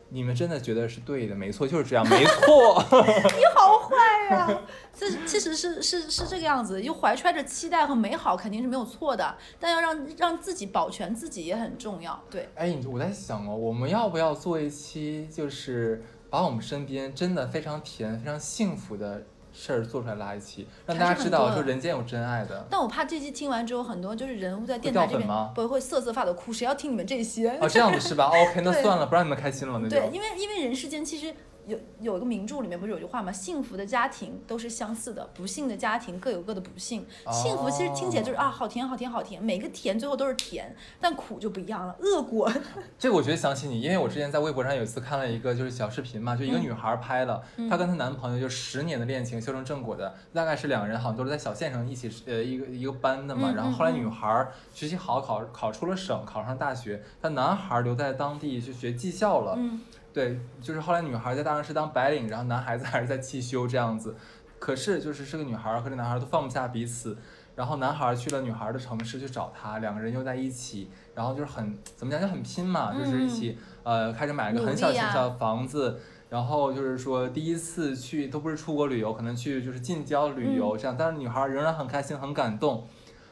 Speaker 1: 你们真的觉得是对的，没错，就是这样，没错。
Speaker 2: *laughs* 好坏啊呀、这 *laughs* 其实是是是这个样子，就怀揣着期待和美好肯定是没有错的，但要让让自己保全自己也很重要。对，
Speaker 1: 哎，你我在想哦，我们要不要做一期，就是把我们身边真的非常甜、非常幸福的事儿做出来拉一期，让大
Speaker 2: 还
Speaker 1: 家知
Speaker 2: 是很
Speaker 1: 道，就
Speaker 2: 多的
Speaker 1: 人间有真爱的。
Speaker 2: 但我怕这期听完之后，很多就是人物在电
Speaker 1: 会
Speaker 2: 台
Speaker 1: 掉
Speaker 2: 这
Speaker 1: 粉吗
Speaker 2: 边不会瑟瑟发抖哭，谁要听你们这些？
Speaker 1: 哦，这样子是吧？OK，那
Speaker 2: 对
Speaker 1: 算了，不让你们开心了，那就。
Speaker 2: 对，因为因为人世间其实。有有一个名著里面不是有句话吗？幸福的家庭都是相似的，不幸的家庭各有各的不幸。
Speaker 1: 哦
Speaker 2: 幸福其实听起来就是啊，好甜好甜好甜，每个甜最后都是甜，但苦就不一样了。恶
Speaker 1: *laughs*
Speaker 2: 果
Speaker 1: 这个我觉得想起你，因为我之前在微博上有一次看了一个就是小视频嘛，就一个
Speaker 2: 嗯
Speaker 1: 女孩拍了，她跟她男朋友就十年的恋情修成正果的，大概是两人好像都是在小县城一起呃一个一个班的嘛，
Speaker 2: 嗯
Speaker 1: 然后后来女孩学习好考考出了省，考上大学，但男孩留在当地去学技校了，
Speaker 2: 嗯
Speaker 1: 对，就是后来女孩在大城市当白领，然后男孩子还是在汽修这样子。可是就是这个女孩和这男孩都放不下彼此，然后男孩去了女孩的城市去找她，两个人又在一起，然后就是很怎么讲就很拼嘛，就是一起呃开始买了个很小
Speaker 2: 嗯努力
Speaker 1: 很
Speaker 2: 啊
Speaker 1: 小的房子，然后就是说第一次去都不是出国旅游，可能去就是近郊旅游
Speaker 2: 嗯
Speaker 1: 这样，但是女孩仍然很开心很感动。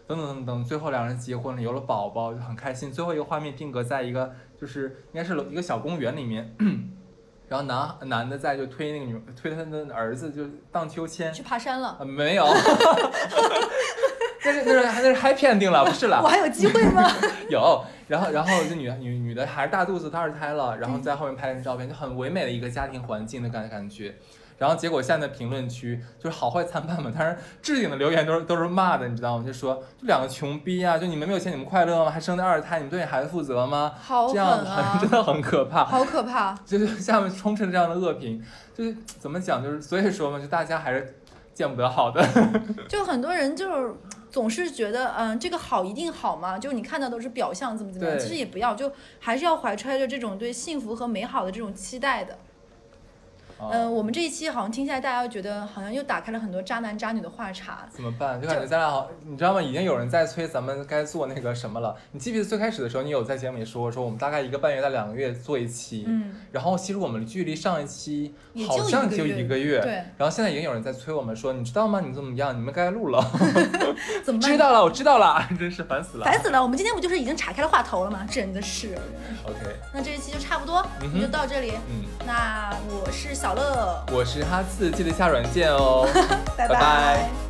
Speaker 1: 等等等等，最后两人结婚了，有了宝宝，就很开心。最后一个画面定格在一个就是应该是楼一个小公园里面， *coughs* 然后男男的在就推那个女推他的儿子就荡秋千，
Speaker 2: 去爬
Speaker 1: *laughs*
Speaker 2: 山了，
Speaker 1: 啊，没有，那是那是那是 happy ending 了，不是
Speaker 2: 我
Speaker 1: 啦，
Speaker 2: 还有机会吗？
Speaker 1: *laughs* 有，然后然后这女女女的还是大肚子，她二胎了，
Speaker 2: 嗯
Speaker 1: 然后在后面拍了照片，就很唯美的一个家庭环境的感感觉。然后结果现在评论区就是好坏参半嘛，但是置顶的留言都是都是骂的，你知道吗？就说就两个穷逼啊，就你们没有钱，你们快乐吗？还生的二胎，你们对你孩子负责吗？
Speaker 2: 好
Speaker 1: 这
Speaker 2: 狠
Speaker 1: 样子很 *laughs*
Speaker 2: 啊
Speaker 1: 真！的很可怕。
Speaker 2: 好可怕！
Speaker 1: 就是下面充斥着这样的恶评，就是怎么讲，就是所以说嘛，就大家还是见不得好的。
Speaker 2: 就很多人就是总是觉得，嗯，这个好一定好吗？就你看到都是表象，怎么怎么样？
Speaker 1: 对
Speaker 2: 其实也不要，就还是要怀揣着这种对幸福和美好的这种期待的。
Speaker 1: 啊
Speaker 2: 嗯，我们这一期好像听下来，大家觉得好像又打开了很多渣男渣女的话茬。
Speaker 1: 怎么办？就感觉咱俩好，你知道吗？已经有人在催咱们该做那个什么了。你记不记得最开始的时候，你有在节目里说，说我们大概一个半月到两个月做一期，
Speaker 2: 嗯，
Speaker 1: 然后其实我们距离上一期
Speaker 2: 也就
Speaker 1: 好像
Speaker 2: 一个
Speaker 1: 就
Speaker 2: 月
Speaker 1: 一个月。
Speaker 2: 对，
Speaker 1: 然后现在已经有人在催我们说，你知道吗？你怎么样？你们该录 *laughs* 了，
Speaker 2: 怎么办？
Speaker 1: *laughs* 知道了，我知道了，真是烦死了。
Speaker 2: 烦死了！我们今天不就是已经岔开了话头了吗？真的是。
Speaker 1: OK，
Speaker 2: 那这一期就差不多，
Speaker 1: 嗯哼
Speaker 2: 那就到这里。
Speaker 1: 嗯，
Speaker 2: 那我是小乐，
Speaker 1: 我是哈次，记得下软件哦。拜
Speaker 2: 拜
Speaker 1: 拜